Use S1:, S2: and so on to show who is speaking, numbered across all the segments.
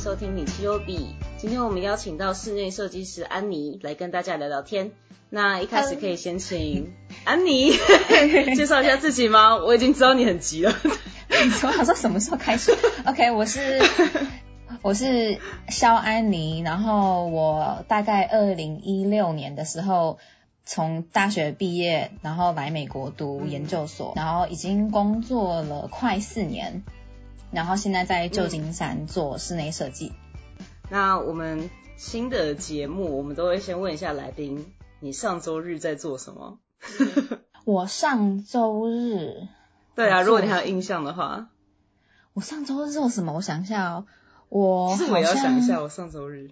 S1: 收听米奇 O B。今天我们邀请到室内设计师安妮来跟大家聊聊天。那一开始可以先请安妮 介绍一下自己吗？我已经知道你很急了。
S2: 我想说什么时候开始？OK，我是我是肖安妮，然后我大概二零一六年的时候从大学毕业，然后来美国读研究所，
S1: 嗯
S2: 然后已经工作了快四年，然后现在在旧金山做室内设计。
S1: 那我们新的节目，我们都会先问一下来宾，你上周日在做什么？
S2: 我上周日，
S1: 对啊，
S2: 我做
S1: 如果你还有印象的话，
S2: 我上周日做什么？我想一下哦，我
S1: 其实我
S2: 好
S1: 也要想一
S2: 像
S1: 下，我上周日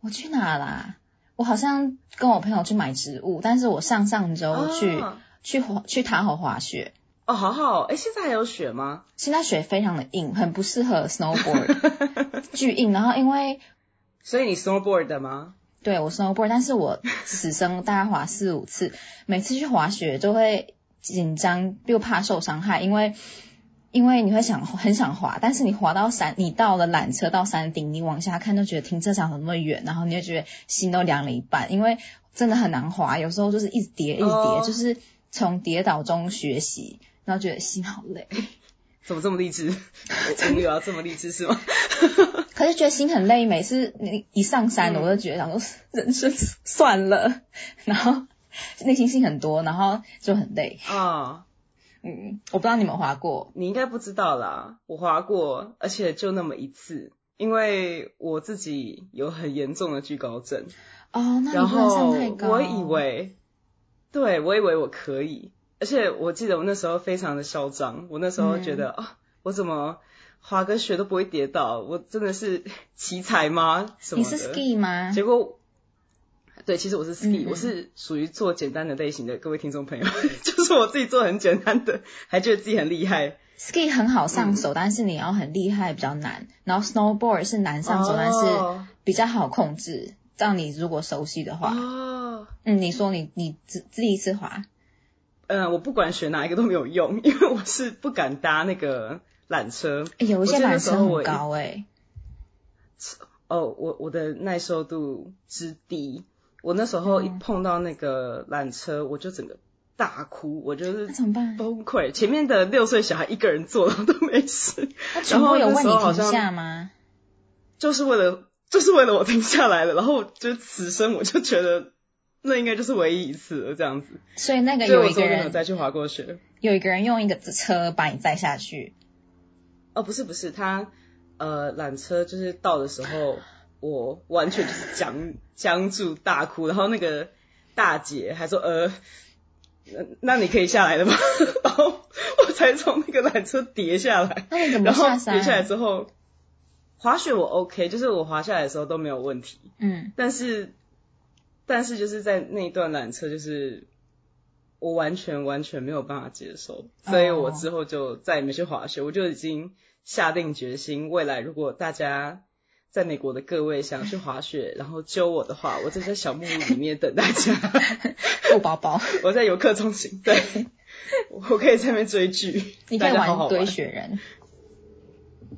S2: 我去哪啦？我好像跟我朋友去买植物，但是我上上周去、
S1: 啊
S2: 去滑去塔河滑雪，
S1: 哦，好好，哎，现在还有雪吗？
S2: 现在雪非常的硬，很不适合 snowboard，巨硬。然后因为
S1: 所以你 snowboard 的吗？
S2: 对我 snowboard，但是我此生大概滑四五次，每次去滑雪就会紧张又怕受伤害，因为因为你会想很想滑，但是你滑到山，你到了缆车到山顶，你往下看就觉得停车场怎么那么远，然后你就觉得心都凉了一半，因为真的很难滑，有时候就是一直跌一直跌
S1: 哦
S2: 就是从跌倒中学习，然后觉得心好累。
S1: 怎么这么励志？ 我我们有要这么励志是吗？
S2: 可是觉得心很累，每次你一上山，
S1: 嗯
S2: 我就觉得想说人生算了， 然后内心戏很多，然后就很累。
S1: 啊、
S2: 嗯，我不知道你们滑过，
S1: 你应该不知道啦，我滑过，而且就那么一次，因为我自己有很严重的惧高症，
S2: 哦，
S1: 然
S2: 那你不能
S1: 后
S2: 上太高。
S1: 我以为，对我以为我可以，而且我记得我那时候非常的嚣张，我那时候觉得
S2: 嗯
S1: 啊、我怎么滑个雪都不会跌倒，我真的是 奇才吗？什么
S2: 你
S1: 的？
S2: 是 ski 吗？
S1: 结果，对，其实我是 ski，、
S2: 嗯
S1: 我是属于做简单的类型的，各位听众朋友， 就是我自己做很简单的，还觉得自己很厉害。
S2: ski 很好上
S1: 嗯
S2: 手，但是你要很厉害比较难。然后 snowboard 是难上手，但是
S1: 哦
S2: 比较好控制。让你如果熟悉的话，
S1: 哦，
S2: 嗯，你说你你自第一次滑，
S1: 嗯，我不管选哪一个都没有用， 因为我是不敢搭那个缆车。
S2: 诶哎有一些
S1: 我记得那
S2: 缆
S1: 时
S2: 车
S1: 候我
S2: 很
S1: 一
S2: 高欸诶、
S1: 哦，我我的耐受度之低，我那时
S2: 嗯
S1: 候一碰到那个缆车，我就整个大哭，我就
S2: 那
S1: 是。
S2: 怎么办？
S1: 崩溃！前面的六岁小孩一个人坐到都没事，
S2: 那全部有
S1: 那
S2: 问
S1: 时
S2: 你
S1: 候好
S2: 停
S1: 像
S2: 下吗？
S1: 就是为了就是为了我停下来了，然后就此生我就觉得那应该就是唯一一次了这样子，
S2: 所以那个
S1: 所以
S2: 哎有
S1: 我
S2: 一
S1: 之
S2: 个
S1: 后就没有
S2: 人
S1: 再去滑过雪。
S2: 有一个人用一个车把你载下去，
S1: 哦，不是不是，他呃缆车就是到的时候，我完全就是僵僵住大哭，然后那个大姐还说呃。那那你可以下来了吗？ 然后我才从那个缆车跌下来，
S2: 那你怎么啊
S1: 然后
S2: 下山？
S1: 跌下来之后，滑雪我 OK，就是我滑下来的时候都没有问题。
S2: 嗯，
S1: 但是，但是就是在那一段缆车，就是我完全完全没有办法接受，
S2: 哦
S1: 所以我之后就再也没去滑雪。我就已经下定决心，未来如果大家在美国的各位想去滑雪，然后揪我的话，我就在小木屋里面等大 家，
S2: 不包 包，
S1: 我在游客中心，对，我可以在那边追剧，
S2: 你可以
S1: 大家好好
S2: 玩
S1: 玩
S2: 堆雪人，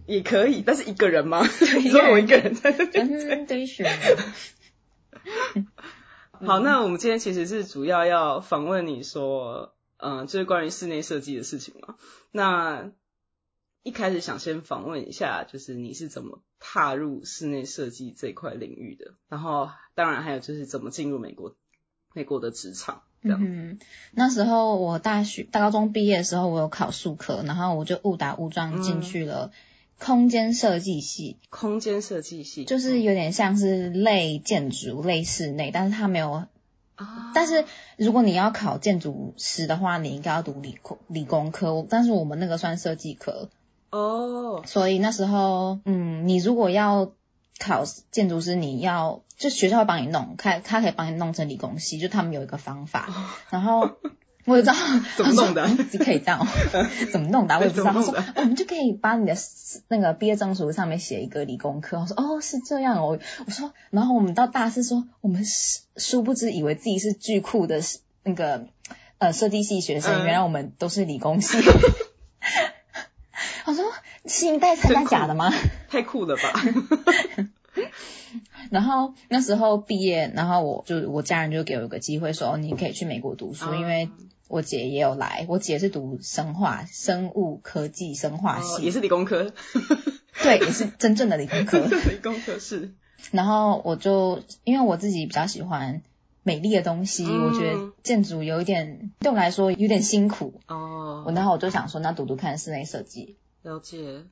S1: 也可以，但是一个人吗？
S2: 一
S1: 只
S2: 个人
S1: 有我一个人在那边。
S2: 嗯，堆雪人。嗯
S1: 好，那我们今天其实是主要要访问你说，嗯、就是关于室内设计的事情嘛。那一开始想先访问一下，就是你是怎么踏入室内设计这块领域的？然后，当然还有就是怎么进入美国美国的职场 这样。
S2: 嗯，那时候我大学大高中毕业的时候，我有考数科，然后我就误打误撞进去
S1: 嗯
S2: 了空间设计系。
S1: 空间设计系
S2: 就是有点像是类建筑、类室内，但是它没有。
S1: 啊，
S2: 但是如果你要考建筑师的话，你应该要读理工理工科，我但是我们那个算设计科，
S1: 哦，
S2: 所以那时候，嗯，你如果要考建筑师，你要就学校会帮你弄，看他可以帮你弄成理工系，就他们有一个方法，然后。我也不知道
S1: 哦 怎么弄的
S2: 他说 嗯你可以这样哦，怎 么弄的啊、我也不知
S1: 怎
S2: 道。他
S1: 么弄
S2: 说
S1: 的
S2: 我们就可以把你的那个毕业证书上面写一个理工科。我说哦是这样哦，我说，然后我们到大四说，我们是殊不知以为自己是巨酷的那个呃设计系学生，
S1: 嗯
S2: 原来我们 都是理工系。我说新一代参加假的吗？
S1: 太酷 了吧？
S2: 然后那时候毕业，然后我就我家人就给我一个机会说，哦你可以去美国读书，
S1: 哦
S2: 因为我姐也有来，我姐是读生化、生物科技、生化
S1: 哦
S2: 系，
S1: 也是理工 科，
S2: 对，也是真正的理工科。
S1: 理工科是。
S2: 然后我就因为我自己比较喜欢美丽的东西，
S1: 嗯
S2: 我觉得建筑有一点对我来说有点辛苦，我
S1: 哦，
S2: 然后我就想说，那读读看室内设计。
S1: 了解。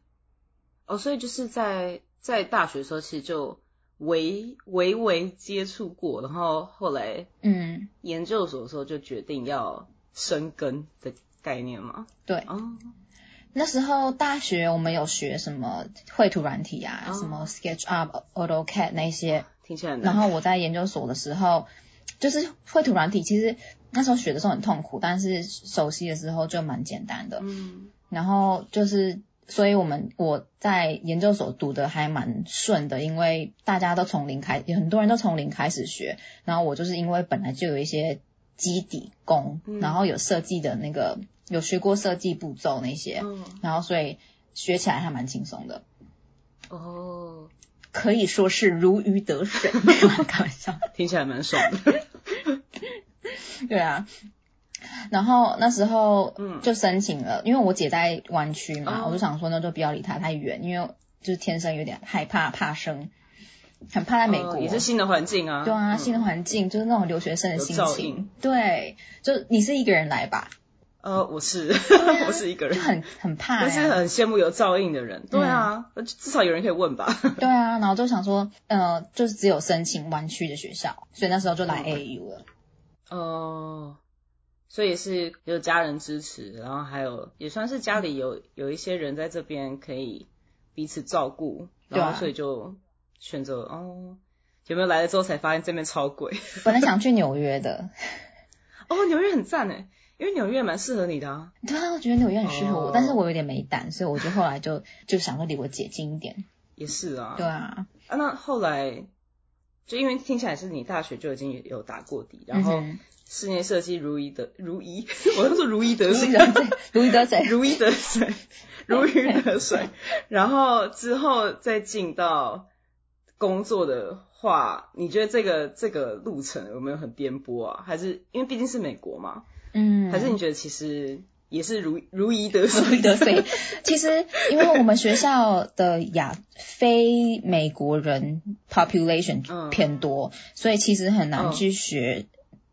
S1: 哦，所以就是在在大学的时候，其实就微微微接触过，然后后来
S2: 嗯，
S1: 研究所的时候就决定要生根的概念嘛。
S2: 对。
S1: 哦，
S2: 那时候大学我们有学什么绘图软体啊，
S1: 哦
S2: 什么 SketchUp、AutoCAD 那些。
S1: 听起来很
S2: 然
S1: 难。
S2: 后我在研究所的时候，就是绘图软体，其实那时候学的时候很痛苦，但是熟悉的时候就蛮简单的。
S1: 嗯，
S2: 然后就是，所以我们我在研究所读的还蛮顺的，因为大家都从零开，有很多人都从零开始学。然后我就是因为本来就有一些基底功，
S1: 嗯
S2: 然后有设计的那个，有学过设计步骤那些，
S1: 哦
S2: 然后所以学起来还蛮轻松的，
S1: 哦，
S2: 可以说是如鱼得水。没有啦开玩笑，
S1: 听起来蛮爽的。
S2: 对啊。然后那时候
S1: 嗯
S2: 就申请了，因为我姐在湾区嘛，
S1: 哦
S2: 我就想说那就不要离她太远，因为就是天生有点害怕怕生，很怕 在美国。
S1: 哦也是新的环境啊。
S2: 对啊，
S1: 嗯
S2: 新的环境就是那种留学生的心
S1: 有噪
S2: 情
S1: 音。
S2: 对，就你是一个人来 吧，
S1: 呃，我是 我是一个
S2: 啊就
S1: 人，
S2: 很很怕、
S1: 我
S2: 呀。嗯
S1: 是很羡慕有噪音的人。对啊，至少有人可以问吧。
S2: 对啊，然后就想说，呃，就是只有申请湾区的学校，所以那时候就
S1: 嗯
S2: 来 AU 了。
S1: 哦，所以是有家人支持，然后还有也算是家里有有一些人在这边可以彼此照顾，
S2: 对啊
S1: 然后所以就选择哦。有没有来了之后才发现这边超贵？
S2: 本来想去纽约的，
S1: 哦，纽约很赞诶，因为纽约蛮适合你的啊。
S2: 对啊，我觉得纽约很适合我，
S1: 哦
S2: 但是我有点没胆，所以我就后来就就想说离我姐近一点。
S1: 也是啊，
S2: 对啊，
S1: 啊，那后来就因为听起来是你大学就已经有打过底，然后
S2: 嗯
S1: 室内设计如鱼得如鱼， 我要说如鱼得
S2: 哼，
S1: 水，
S2: 如鱼得水，
S1: 如鱼得水， 如鱼得水。然后之后再进到工作的话，你觉得这个这个路程有没有很颠簸啊？还是因为毕竟是美国嘛？
S2: 嗯，
S1: 还是你觉得其实也是如如鱼得
S2: 如
S1: 水？
S2: 鱼得水。 其实，因为我们学校的亚非美国人 population
S1: 嗯
S2: 偏多，所以其实很难
S1: 嗯
S2: 去学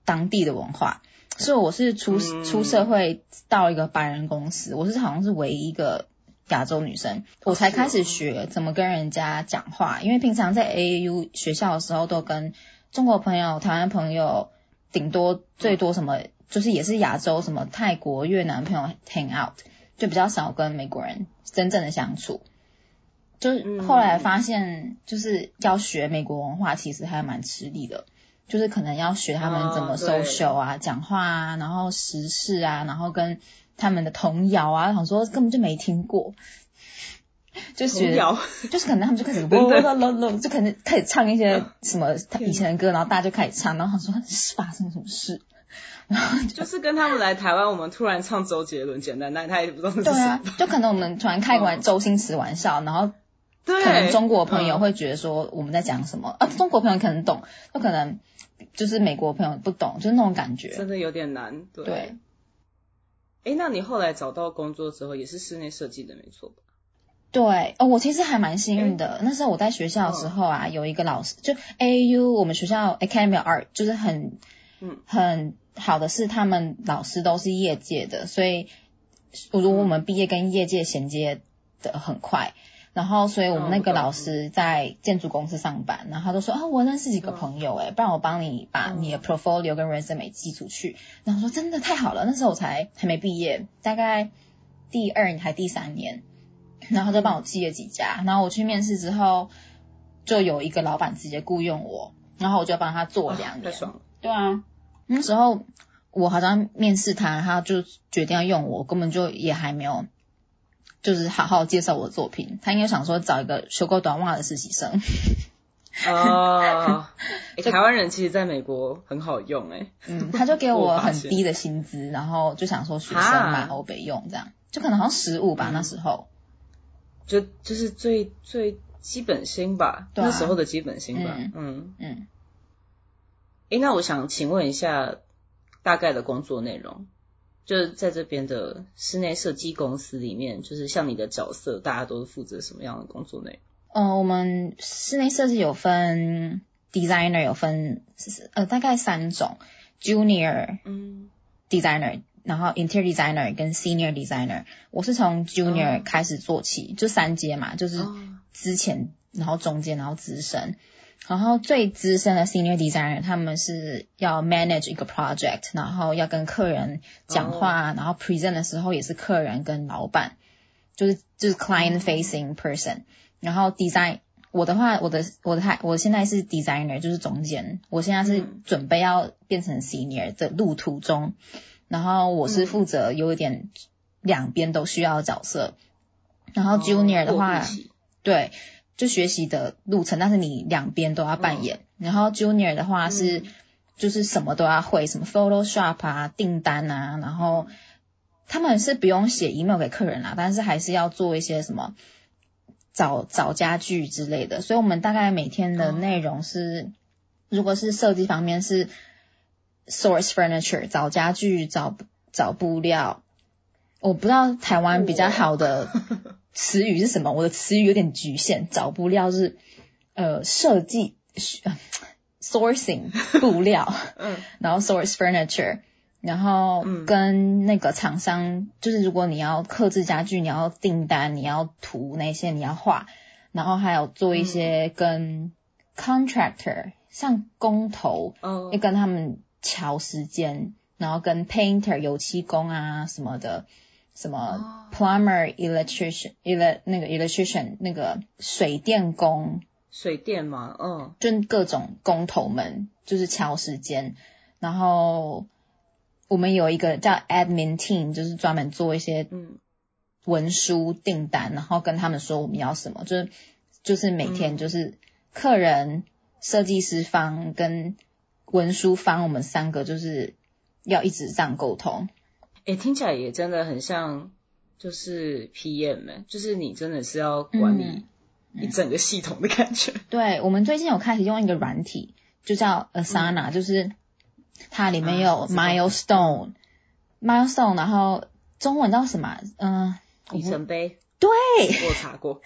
S2: 当地的文化。所以我是出
S1: 嗯
S2: 出社会到一个白人公司，我是好像是唯一一个亚洲女生，我才开始学怎么跟人家讲话。因为平常在 AAU 学校的时候，都跟中国朋友、台湾朋友，顶多最多什么，就是也是亚洲什么泰国、越南朋友 hang out，就比较少跟美国人真正的相处。就是后来发现，就是要学美国文化，其实还蛮吃力的。就是可能要学他们怎么
S1: 哦对
S2: social 啊、讲话啊，然后时事啊，然后跟他们的童谣啊，想说根本就没听过，就
S1: 童
S2: 学
S1: 谣
S2: 就是可能他们 就开始
S1: 真的
S2: 咯咯咯，就可能开始唱一些什么他以前的歌，然后大家就开始唱，然后想说是发生什么事？
S1: 就是跟他们来台湾，我们突然唱周杰伦，简单，但他也不知道是
S2: 对
S1: 什
S2: 啊
S1: 么。，
S2: 就可能我们突然开玩周星驰玩笑，然后
S1: 对，
S2: 可能中国朋友
S1: 嗯
S2: 会觉得说我们在讲什么、啊，中国朋友可能懂，那可能就是美国朋友不懂，就是那种感觉。
S1: 真的有点难。对，
S2: 对，
S1: 哎，那你后来找到工作之后，也是室内设计的，没错吧？
S2: 对哦，我其实还蛮幸运的。那时候我在学校的
S1: 嗯
S2: 时候啊，有一个老师，就 AU 我们学校 Academy of Art 就是很
S1: 嗯
S2: 很好的是，他们老师都是业界的，所以我如果
S1: 嗯
S2: 我们毕业跟业界衔接的很快。然后，所以我们那个
S1: 嗯我懂
S2: 老师在建筑公司上班，然后他就说啊，我认识几个朋友诶、不然我帮你把
S1: 嗯
S2: 你的 portfolio 跟 resume 寄出去。然后我说真的太好了，那时候我才还没毕业，大概第二还第三年，然后他就帮我寄了几家，然后我去面试之后，就有一个老板直接雇佣我，然后我就帮他做两
S1: 太
S2: 年，
S1: 爽了。
S2: 对啊，那时候我好像面试他，他就决定要用我，根本就也还没有。就是好好介绍我的作品，他应该想说找一个修过短袜的实习生，
S1: 哦，欸台湾人其实在美国很好用哎、
S2: 嗯，他就给我
S1: 我发
S2: 很
S1: 现
S2: 低的薪资，然后就想说学生
S1: 哈
S2: 嘛，欧北用这样，就可能好像十五吧、
S1: 嗯
S2: 那时候，
S1: 就就是最最基本薪吧，
S2: 对啊
S1: 那时候的基本薪吧
S2: 嗯，
S1: 嗯
S2: 嗯，
S1: 诶，那我想请问一下大概的工作内容，就是在这边的室内设计公司里面，就是像你的角色，大家都是负责什么样的工作内容？
S2: 呃，我们室内设计有分 designer 有分呃大概三种，junior
S1: 嗯
S2: designer，然后 interior designer 跟 senior designer。我是从 junior
S1: 哦
S2: 开始做起，就三阶嘛，就是
S1: 哦
S2: 之前，然后中间，然后资深。然后最资深的 senior designer，他们是要 manage 一个 project，然后要跟客人讲话
S1: 哦
S2: 然后 present 的时候也是客人跟老板，就是就是 client facing person。然后 design，我的话，我的我的还我现在是 designer，就是中间，我现在是
S1: 嗯
S2: 准备要变成 senior 的路途中，然后我是
S1: 嗯
S2: 负责有一点两边都需要的角色，然后
S1: 哦
S2: junior 的
S1: 过
S2: 话，
S1: 渡期
S2: 对，就学习的路程，但是你两边都要扮演。然后 junior 的话啊是、
S1: 嗯
S2: 就是什么都要会，什么 Photoshop 啊、订单啊，然后他们是不用写 email 给客人啦，但是还是要做一些什么找找家具之类的。所以我们大概每天的
S1: 哦
S2: 内容是，如果是设计方面是 source furniture 找家具、找找布料。我不知道台湾比较好的词语是什么，我的词语有点局限，找布料是呃设计呃 sourcing 布料，
S1: 嗯
S2: 然后 source furniture，然后跟那个厂商，就是如果你要刻制家具，你要订单，你要图那些，你要画，然后还有做一些跟 contractor，、像工头，
S1: 哦
S2: 要跟他们调时间，然后跟 painter 油漆工啊什么的，什么 plumber、electrician、ele 那个 electrician 那个水电工，
S1: 水电嘛，嗯
S2: 就各种工头们就是敲时间，然后我们有一个叫 admin team，就是专门做一些
S1: 嗯
S2: 文书订单，然后跟他们说我们要什么，就是就是每天就是客人、设计师方跟文书方，我们三个就是要一直这样沟通。
S1: 诶，听起来也真的很像就是 PM，、欸、就是你真的是要
S2: 嗯
S1: 管理一整个系统的感觉。
S2: 对，我们最近有开始用一个软体，就叫 Asana，、就是它里面
S1: 嗯啊
S2: 有
S1: 知道
S2: milestone、milestone，然后中文叫什么啊？嗯、
S1: 里程碑，
S2: 对
S1: 哦我有查 过，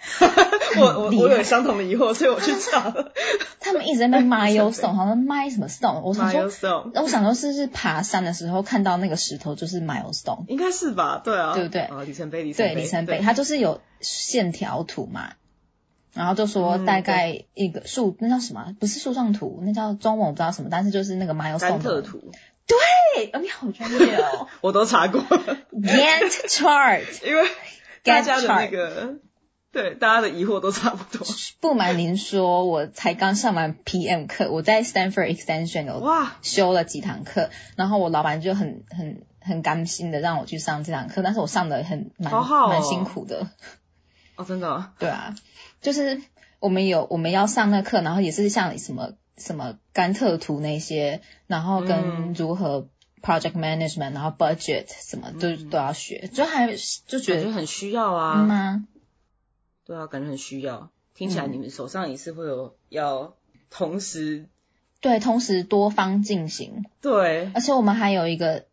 S1: 我我
S2: 厉害
S1: 我有相同的疑惑，所以我去查 了。
S2: 他们一直在那
S1: 里
S2: milestone，
S1: 程
S2: 好像 mile 什么 stone，我想说，
S1: milestone
S2: 我想说是不是爬山的时候看到那个石头就是 milestone，
S1: 应该是吧？对啊，
S2: 对不对
S1: 啊，里程碑，里程
S2: 对，
S1: 碑，
S2: 里程碑，它就是有线条图嘛，然后就说
S1: 嗯
S2: 大概一个树，那叫什么啊？不是树状图，那叫中文我不知道什么，但是就是那个 milestone
S1: 甘特
S2: 的
S1: 图，
S2: 对，哎，你好专业哦。
S1: 我都查过，
S2: Gantt chart。
S1: 因为大
S2: Gantt
S1: 家的
S2: chart
S1: 那个。对，大家的疑惑都差不多。
S2: 不瞒您说，我才刚上完 PM 课，我在 Stanford Extension 有
S1: 哇，
S2: 修了几堂课，然后我老板就很很很甘心的让我去上这堂课，但是我上的很蛮
S1: 好好哦
S2: 蛮辛苦的，
S1: 哦，真的哦，
S2: 对啊，就是我们有我们要上那课，然后也是像什么什么甘特图那些，然后跟
S1: 嗯
S2: 如何 project management，然后 budget 什么都、
S1: 嗯
S2: 都要学，就还就觉
S1: 感
S2: 得
S1: 觉很需要
S2: 嗯
S1: 啊。
S2: 吗？
S1: 对啊，感觉很需要。听起来
S2: 嗯
S1: 你们手上也是会有要同时
S2: 对，同时多方进行，
S1: 对
S2: 而且我们还有一个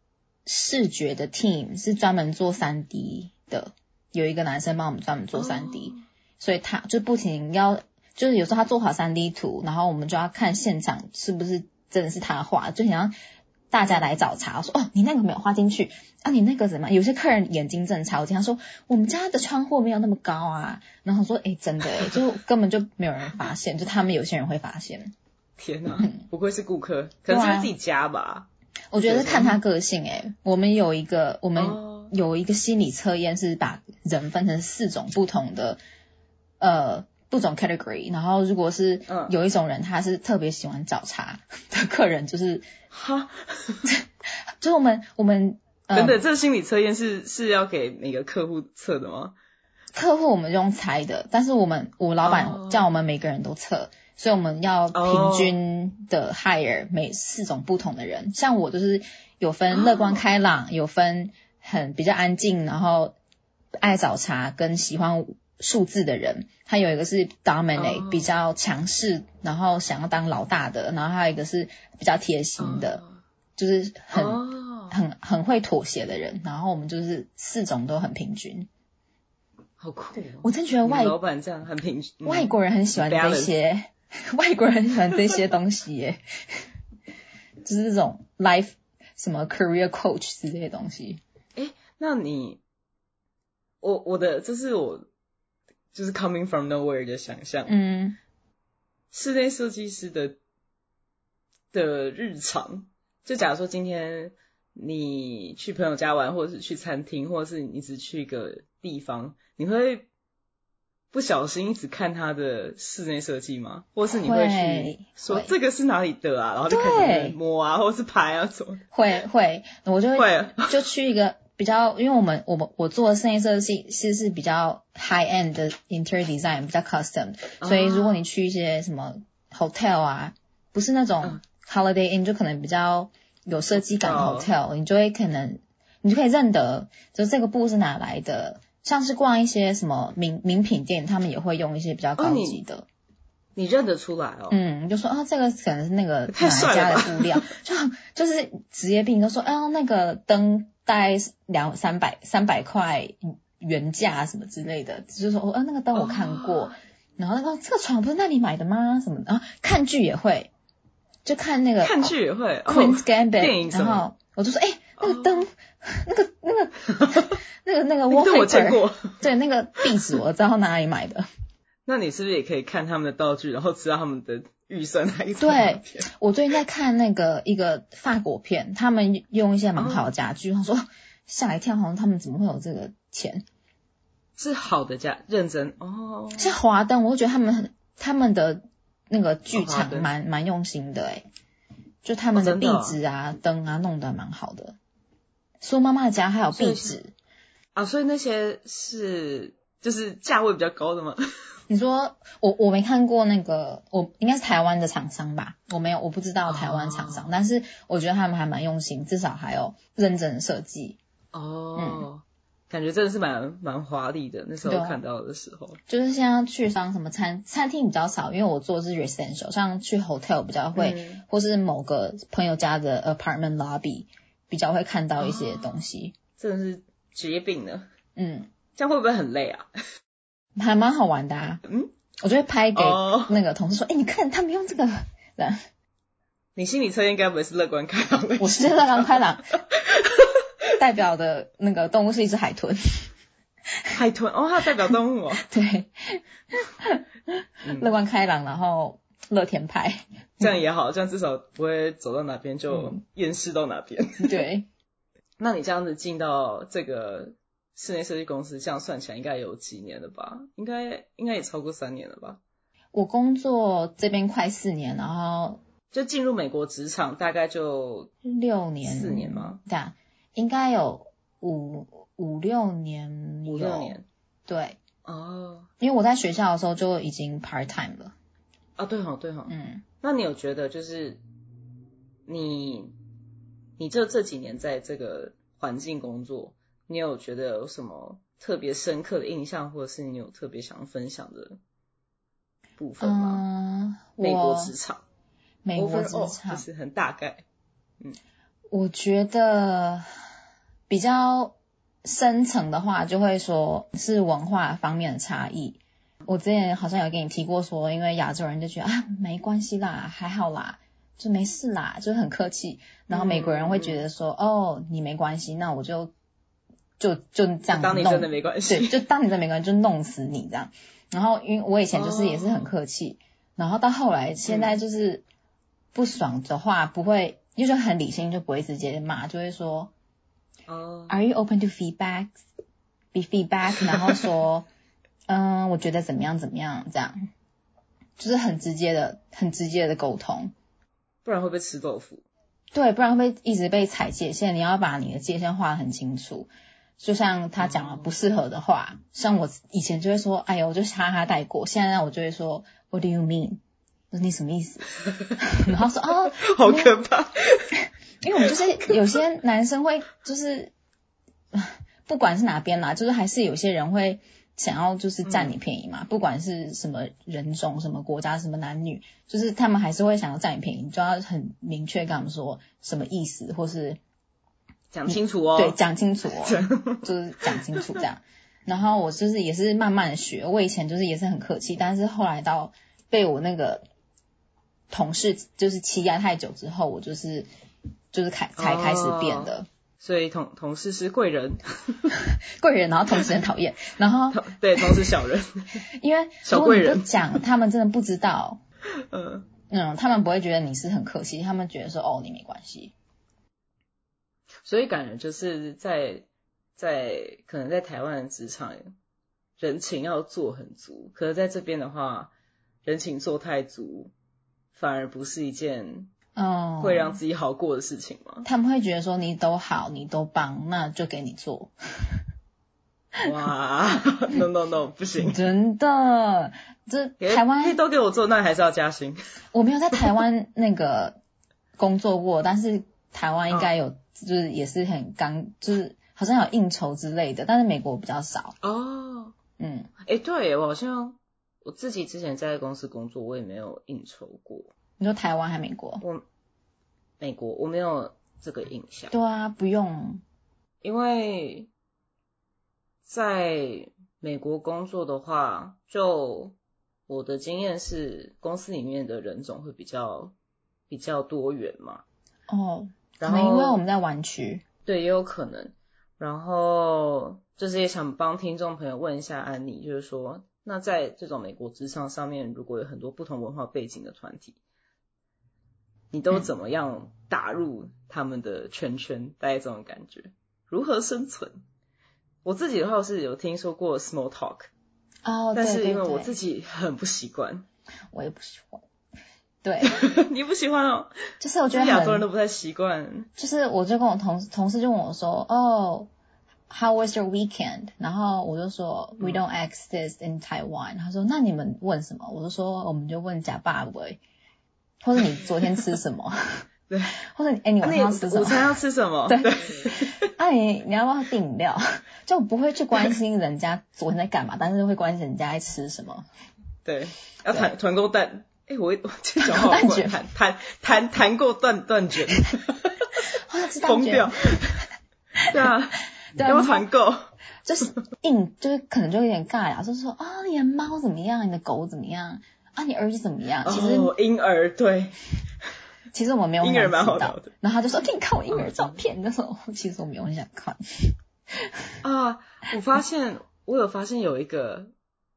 S2: 视觉的 team 是专门做三 D 的，有一个男生帮我们专门做三 D，、所
S1: 哦
S2: 以他就不停要，就是有时候他做好三 D 图，然后我们就要看现场是不是真的是他画，就想让大家来找茬，说哦你那个没有画进去啊，你那个怎么样？有些客人眼睛正常，我经常说我们家的窗户没有那么高啊，然后我说诶真的诶，就根本就没有人发现，就他们有些人会发现。
S1: 天哪、不愧是顾客，可能是
S2: 嗯对啊
S1: 他自己家吧。
S2: 我觉得是看他个性诶、我们有一个
S1: 哦
S2: 我们有一个心理测验是把人分成四种不同的呃不同 category，然后如果是
S1: 嗯
S2: 有一种人他是特别喜欢找茬的客人，就是
S1: 哈，
S2: 就是我们我们呃
S1: 等等，这心理测验是是要给每个客户测的吗？
S2: 客户我们用猜的，但是我们我老
S1: 哦
S2: 板叫我们每个人都测，所以我们要平均
S1: 哦
S2: 的 hire 每四种不同的人。像我就是有分乐观开
S1: 哦
S2: 朗，有分很比较安静，然后爱找茬跟喜欢数字的人，他有一个是 dominate、
S1: 哦
S2: 比较强势，然后想要当老大的，然后还有一个是比较贴心的，嗯就是很、
S1: 哦，
S2: 很很会妥协的人。然后我们就是四种都很平均，
S1: 好酷、哦！
S2: 我真觉得
S1: 你们
S2: 外
S1: 老板这样很平均，嗯
S2: 外国人很喜欢这
S1: Balance
S2: 些，外国人很喜欢这些东西耶， 就是这种 life 什么 career coach 之类的东西。
S1: 那你，我我的这是我就是 coming from nowhere 的想象，
S2: 嗯，
S1: 室内设计师的的日常，就假如说今天你去朋友家玩，或者是去餐厅，或者是你只去一个地方，你会不小心一直看他的室内设计吗？或是你会去
S2: 会
S1: 说
S2: 会
S1: 这个是哪里的啊，然后就
S2: 对
S1: 开始在那边摸啊，或是拍啊什么的？
S2: 会会，我就
S1: 会啊
S2: 就去一个比较，因为我们我们我做的室内设计是是比较 high end 的 interior design，比较 custom，所
S1: 哦
S2: 以如果你去一些什么 hotel 啊，不是那种 holiday inn，就可能比较有设计感的
S1: 嗯哦
S2: hotel，你就会可能你就可以认得，就这个布是哪来的。像是逛一些什么名名品店，他们也会用一些比较
S1: 哦
S2: 高
S1: 你
S2: 级的，
S1: 你认得出来哦，
S2: 嗯，就说啊，这个可能是那个
S1: 太
S2: 哪
S1: 帅
S2: 一
S1: 了
S2: 家的
S1: 吧
S2: 布料，就就是职业病，都说啊，那个灯大概是两三百三百块原价什么之类的，就是说哦、啊，那个灯我看过，
S1: 哦
S2: 然后说这个床不是那里买的吗？什么的，然后看剧也会，就看那个
S1: 看剧也会，哦
S2: Queen's Gambit，、
S1: 电影什
S2: 然
S1: 么哦
S2: 后我就说哎、那个 灯、 那个那个
S1: 那
S2: 那个
S1: 个
S2: 那
S1: 灯
S2: 个
S1: 我见
S2: wallpaper，
S1: 过。
S2: 对，那个壁纸我知道哪里买的。
S1: 那你是不是也可以看他们的道具，然后知道他们的预算来自
S2: 对
S1: 哪边？
S2: 我最近在看那个一个法国片，他们用一些蛮好的家具，他说吓一跳，好像他们怎么会有这个钱？
S1: 是好的家，认真哦。
S2: 像华灯，我就觉得他们很他们的那个剧
S1: 哦华
S2: 场
S1: 灯
S2: 蛮蛮用心的诶、就他们
S1: 哦
S2: 的
S1: 真
S2: 壁
S1: 的啊
S2: 纸啊、灯啊弄得蛮好的。苏妈妈家还有
S1: 所以
S2: 壁
S1: 是
S2: 纸，
S1: 啊，所以那些是就是价位比较高的吗？
S2: 你说我我没看过那个，我应该是台湾的厂商吧，我没有我不知道台湾厂
S1: 哦
S2: 商，但是我觉得他们还蛮用心，至少还有认真的设计。
S1: 哦，感觉真的是蛮蛮华丽的。那时
S2: 对
S1: 候
S2: 啊
S1: 看到的时候，
S2: 就是像去上什么餐餐厅比较少，因为我做的是 residential，像去 hotel 比较会，
S1: 嗯
S2: 或是某个朋友家的 apartment lobby 比较会看到一些东西。
S1: 真的是职业病呢。
S2: 嗯，
S1: 这样会不会很累啊？
S2: 还蛮好玩的、啊。
S1: 嗯，
S2: 我就会拍给
S1: 哦
S2: 那个同事说：“哎、你看他们用这个。 对”
S1: 你心理测验该不会是乐观开朗类
S2: 我
S1: 型
S2: 是乐观开朗，代表的那个动物是一只海豚。
S1: 海豚哦，它代表动物哦。
S2: 对，
S1: 嗯
S2: 乐观开朗，然后乐天派。
S1: 这样也好，这样至少不会走到哪边就厌世到哪边。
S2: 对，
S1: 那你这样子进到这个室内设计公司，这样算起来应该有几年了吧？应该应该也超过三年了吧？
S2: 我工作这边快四年，然后
S1: 就进入美国职场，大概就
S2: 六年，
S1: 四年吗？
S2: 对啊，应该有五五六年，
S1: 五六。年。
S2: 对，
S1: 哦，
S2: 因为我在学校的时候就已经 part time 了。
S1: 啊，对哈，对哈。
S2: 嗯，
S1: 那你有觉得就是你你这这几年在这个环境工作，你有觉得有什么特别深刻的印象，或者是你有特别想分享的部分吗？
S2: 嗯，
S1: 美国
S2: 我
S1: 职场，
S2: 美国职
S1: overall，
S2: 场
S1: 就，是很大概。
S2: 我觉得比较深层的话，就会说是文化方面的差异。我之前好像有跟你提过说，因为亚洲人就觉得啊没关系啦，还好啦，就没事啦，就很客气。然后美国人会觉得说，哦，你没关系，那我就就就这样
S1: 当你
S2: 弄
S1: 真的没关
S2: 对，
S1: 系，
S2: 就当你的美国人就弄死你这样。然后因为我以前就是也是很客气，然后到后来现在就是不爽的话不会，就是很理性，就不会直接骂，就会说
S1: 哦，
S2: Are you open to feedback? Be feedback，然后说嗯，我觉得怎么样怎么样这样，就是很直接的、很直接的沟通。
S1: 不然会不会吃豆 腐？
S2: 对，不然会一直被踩界限。你要把你的界限画得很清楚。就像他讲了
S1: 哦
S2: 不适合的话，像我以前就会说，哎呦，我就哈哈带过。现在我就会说，What do you mean？我说你什么意思？ 然后说哦，
S1: 好可怕！
S2: 因为我们就是有些男生会就是，不管是哪边啦，就是还是有些人会想要就是占你便宜嘛，不管是什么人种、什么国家、什么男女，就是他们还是会想要占你便宜，你就要很明确跟他们说什么意思，或是
S1: 讲清楚哦。
S2: 对，讲清楚 哦，就是讲清楚这样。然后我就是也是慢慢地学，我以前就是也是很客气，但是后来到被我那个同事就是欺压太久之后，我就是就是开才开始变得。
S1: 哦所以同同事是贵人，
S2: 贵人，然后同时很讨厌，然后
S1: 同对同事小人，
S2: 因为
S1: 小
S2: 如果
S1: 贵
S2: 你不
S1: 人
S2: 讲，他们真的不知道，
S1: 嗯，
S2: 嗯，他们不会觉得你是很客气，他们觉得说哦你没关系，
S1: 所以感觉就是在在可能在台湾的职场，人情要做很足，可是在这边的话，人情做太足，反而不是一件
S2: 嗯，
S1: 会啊让自己好过的事情吗？
S2: 他们会觉得说你都好，你都帮，那就给你做，
S1: 哇 ，no no no，不行，
S2: 真的，这
S1: 给
S2: 台
S1: 可以
S2: 湾
S1: 都给我做，那还是要加薪。
S2: 我没有在台湾那个工作过，但是台湾应该有，
S1: 嗯
S2: 就是也是很刚，就是好像有应酬之类的，但是美国比较少，
S1: 哦，
S2: 嗯，
S1: 哎，对耶，我好像我自己之前在公司工作，我也没有应酬过。
S2: 你说台湾还美国？
S1: 美国我没有这个印象，
S2: 对啊，不用，
S1: 因为在美国工作的话，就我的经验是，公司里面的人种会比较比较多元嘛，
S2: 哦，可
S1: 然后
S2: 能因为我们在湾区。
S1: 对，也有可能。然后就是也想帮听众朋友问一下安妮，就是说，那在这种美国职场上面，如果有很多不同文化背景的团体，你都怎么样打入他们的圈圈？大概这种感觉，如何生存？我自己的话是有听说过 small talk，
S2: 哦，
S1: 但是
S2: 对
S1: 因为我
S2: 对
S1: 自己很不习惯，
S2: 我也不喜欢。对，
S1: 你不喜欢哦，
S2: 就是我
S1: 我
S2: 觉得
S1: 亚洲人
S2: 很，
S1: 都不太习惯。
S2: 就是我就跟我同同事就问我说，哦，How was your weekend？然后我就说、We don't
S1: 嗯
S2: ask this in Taiwan。他说那你们问什么？我就说我们就问假爸喂，或者你昨天吃什么？
S1: 对，
S2: 或者你哎、你
S1: 那
S2: 晚上
S1: 你
S2: 要吃什
S1: 午
S2: 么？
S1: 餐要吃什么？
S2: 对啊你你要不要订饮料？就不会去关心人家昨天在 干嘛，但是会关心人家在吃什么。
S1: 对，要团团购蛋。哎、我我这讲
S2: 团
S1: 话
S2: 购
S1: 好
S2: 蛋
S1: 怪，
S2: 卷
S1: 团团团团购蛋蛋 卷，
S2: 啊，知道
S1: 疯
S2: 觉
S1: 掉
S2: 得。
S1: 对啊，
S2: 对啊
S1: 要不要团购？
S2: 就是硬，就是可能就有点尬聊，就是说啊，你的猫怎么样？你的狗怎么样？啊，你儿子怎么样？其实、
S1: 哦婴儿对，
S2: 其实我没有很
S1: 婴儿
S2: 想
S1: 蛮好
S2: 知
S1: 聊
S2: 道
S1: 的。
S2: 然后他就说：“给你看我婴儿照片。”那时候其实我没有很想看。
S1: 啊，我发现我有发现有一个，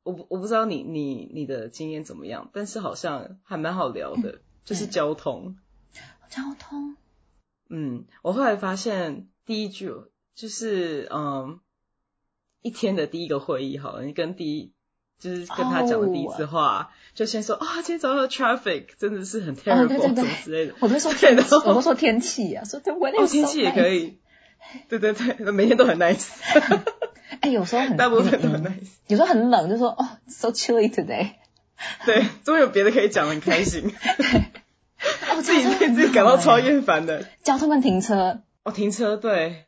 S1: 我不我不知道你你你的经验怎么样，但是好像还蛮好聊
S2: 嗯
S1: 的，就是交通。
S2: 交通
S1: 嗯，我后来发现第一句就是嗯，一天的第一个会议好了，你跟第一就是跟他讲的第
S2: 哦
S1: 一次话就先说啊、今天早上的 traffic 真的是很 terrible、
S2: 哦对对
S1: 什
S2: 对
S1: 么之类的。
S2: 我都说天
S1: 对然
S2: 气，
S1: 后
S2: 我都说天气啊，说对，我
S1: 哦，天气也可。以，对对对，每天都很 nice，
S2: 哎，有时候很
S1: 大部分都
S2: 有
S1: 很
S2: 点阴
S1: nice。
S2: 有时候很冷，就说哦，so chilly today。
S1: 对，终于有别的可以讲，很开心，
S2: 哦，
S1: 自己
S2: 交通
S1: 对
S2: 很
S1: 自己感
S2: 好
S1: 到超
S2: 哎
S1: 厌烦的。
S2: 交通跟停车
S1: 哦，停车对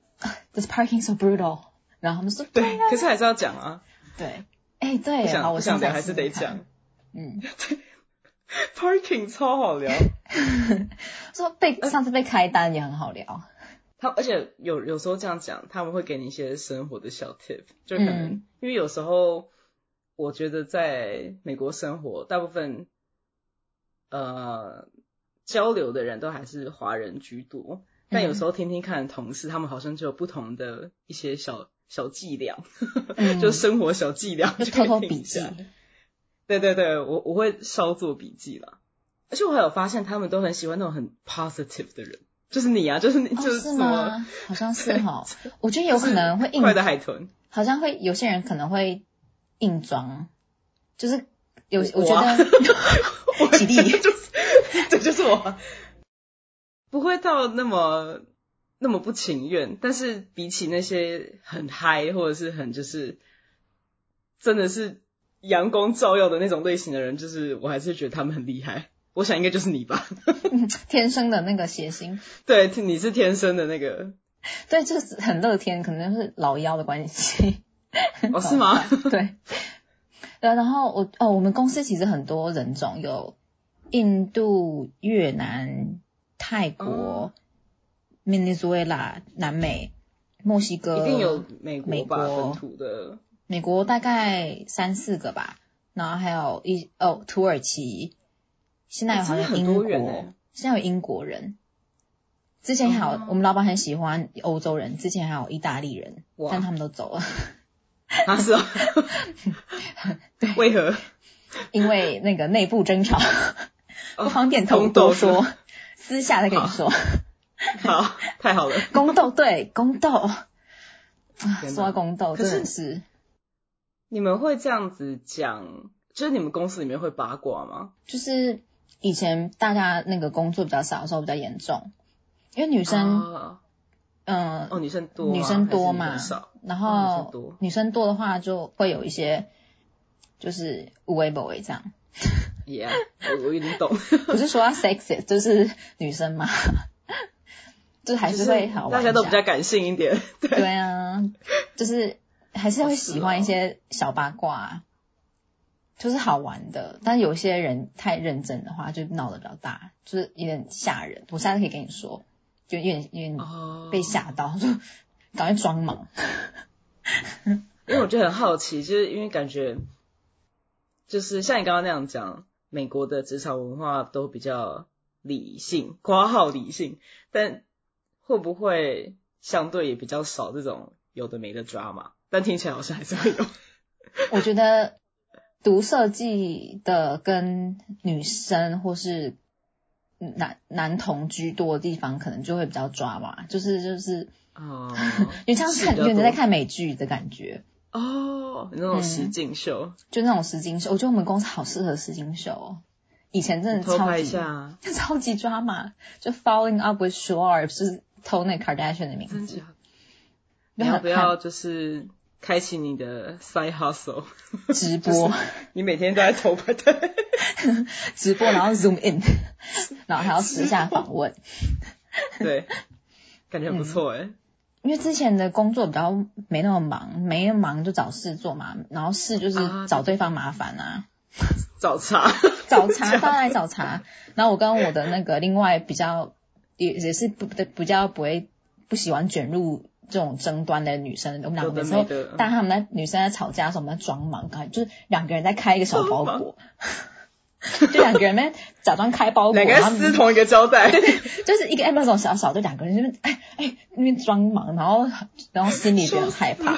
S2: ，this parking so brutal。然后他们说
S1: 对，可是还是要讲啊，
S2: 对，哎对
S1: 不
S2: 耶，好，
S1: 想
S2: 我
S1: 不想
S2: 现
S1: 聊
S2: 在
S1: 还是得
S2: 看
S1: 讲。
S2: 嗯。
S1: parking 超好聊。
S2: 说被
S1: 呃
S2: 上次被开单也很好聊，
S1: 他而且有有时候这样讲，他们会给你一些生活的小 tip，就可能、
S2: 嗯
S1: 因为有时候我觉得在美国生活，大部分呃交流的人都还是华人居多，但有时
S2: 嗯
S1: 候听听看同事，他们好像就有不同的一些小小伎俩，
S2: 嗯
S1: 就是生活小伎俩，
S2: 就
S1: 可以
S2: 偷偷
S1: 听一
S2: 笔记
S1: 下。对对对，我我会稍做笔记啦。而且我还有发现，他们都很喜欢那种很 positive 的人，就是你啊，就是你、
S2: 哦，
S1: 就是
S2: 是
S1: 什么。
S2: 吗？好 像是哈，我觉得有可能会硬
S1: 快，的海豚，
S2: 好像会有些人可能会硬装，就是有
S1: 我
S2: 我觉得举例，
S1: 就是这就是我，不会到那么那么不情愿，但是比起那些很嗨或者是很就是真的是阳光照耀的那种类型的人，就是我还是觉得他们很厉害。我想应该就是你吧，
S2: 天生的那个谐星，
S1: 对，你是天生的那个，
S2: 对，就是很乐天，可能是老妖的关系。
S1: 哦，是吗？
S2: 对，然然后我哦，我们公司其实很多人种，有印度、越南、泰国
S1: 哦、
S2: 明尼苏维拉、南美、墨西哥，
S1: 一定有美
S2: 呃美
S1: 国吧
S2: 国
S1: 本土的
S2: 美国大概三四个吧，然后还有一哦土耳其，现在
S1: 哦
S2: 好
S1: 真的
S2: 像
S1: 很
S2: 英
S1: 多
S2: 国，
S1: 元欸
S2: 现在有英国人。之前还有、
S1: 哦
S2: 我们老板很喜欢欧洲人，之前还有意大利人，
S1: 哇
S2: 但他们都走了，
S1: 啊，是哦，为何？
S2: 因为那个内部争吵，
S1: 哦
S2: 不方便多
S1: 宫斗哦
S2: 多
S1: 是吗
S2: 说，私下再跟你说。
S1: 好，太好了。
S2: 宫斗对宫斗，啊
S1: 天哪
S2: 说到宫斗
S1: 可是
S2: 真的是
S1: 你们会这样子讲，就是你们公司里面会八卦吗？
S2: 就是以前大家那个工作比较少的时候比较严重，因为女生
S1: 啊
S2: 嗯、
S1: 哦，女生多吗，
S2: 女生多嘛
S1: 还是女生少
S2: 然
S1: 哦女生
S2: 后
S1: 多
S2: 女生多的话就会有一些就是无微不微 这样，
S1: ，Yeah，我我有点懂，
S2: 不是说要 sexy，就是女生嘛， 就 还是会好
S1: 就是大
S2: 玩一
S1: 家
S2: 下
S1: 都比较感性一点，对，
S2: 对啊，就是还是会喜欢一
S1: 哦是
S2: 些小八卦、啊，就是好玩的。但有些人太认真的话，就闹得比较大，就是有点吓人。我下次可以跟你说，就有点有点
S1: 哦
S2: 嗯被吓到，就赶快装忙。
S1: 因为我就很好奇，就是因为感觉，就是像你刚刚那样讲，美国的职场文化都比较理性，括号理性，但会不会相对也比较少这种有的没的 drama？但听起来好像还是 会有。
S2: 我觉得读设计的跟女生或是男男童居多的地方，可能就会比较抓嘛，就是就是
S1: 哦，
S2: 有点像
S1: 是
S2: 看
S1: 比较
S2: 有点在
S1: 多
S2: 看美剧的感觉。
S1: 哦，你那种实景秀，
S2: 就那种实境秀，我觉得我们公司好适合实境秀哦。以前真的
S1: 偷
S2: 超
S1: 拍
S2: 级
S1: 一下，
S2: 超级抓马，就 falling up with Shore 就是偷那 Kardashian 的名
S1: 真
S2: 字，
S1: 假的？你要不要就是开启你的 side hustle？
S2: 直播
S1: 你每天都在偷拍，对，
S2: 直播，然后 zoom in，然后还要私下访问。
S1: 对，感觉很不错哎、
S2: 因为之前的工作比较没那么忙，没那么忙就找事做嘛，然后事就是
S1: 啊
S2: 找对方麻烦啊，
S1: 找茬。
S2: 找 茬，当然找茬。然后我跟我的那个另外比较也也是不不比较不会不喜欢卷入这种争端的女生，我们两个
S1: 有的
S2: 有时候
S1: 没的嗯
S2: 但他们在女生在吵架的时候，我们在装忙，刚就是两个人在开一个小包裹， 就两个人在假装开包裹，
S1: 两个
S2: 然后
S1: 人撕同一个胶带，
S2: 就是一个 Amazon 小小，就两个人就是哎哎那边装忙，然后然后心里有点害怕。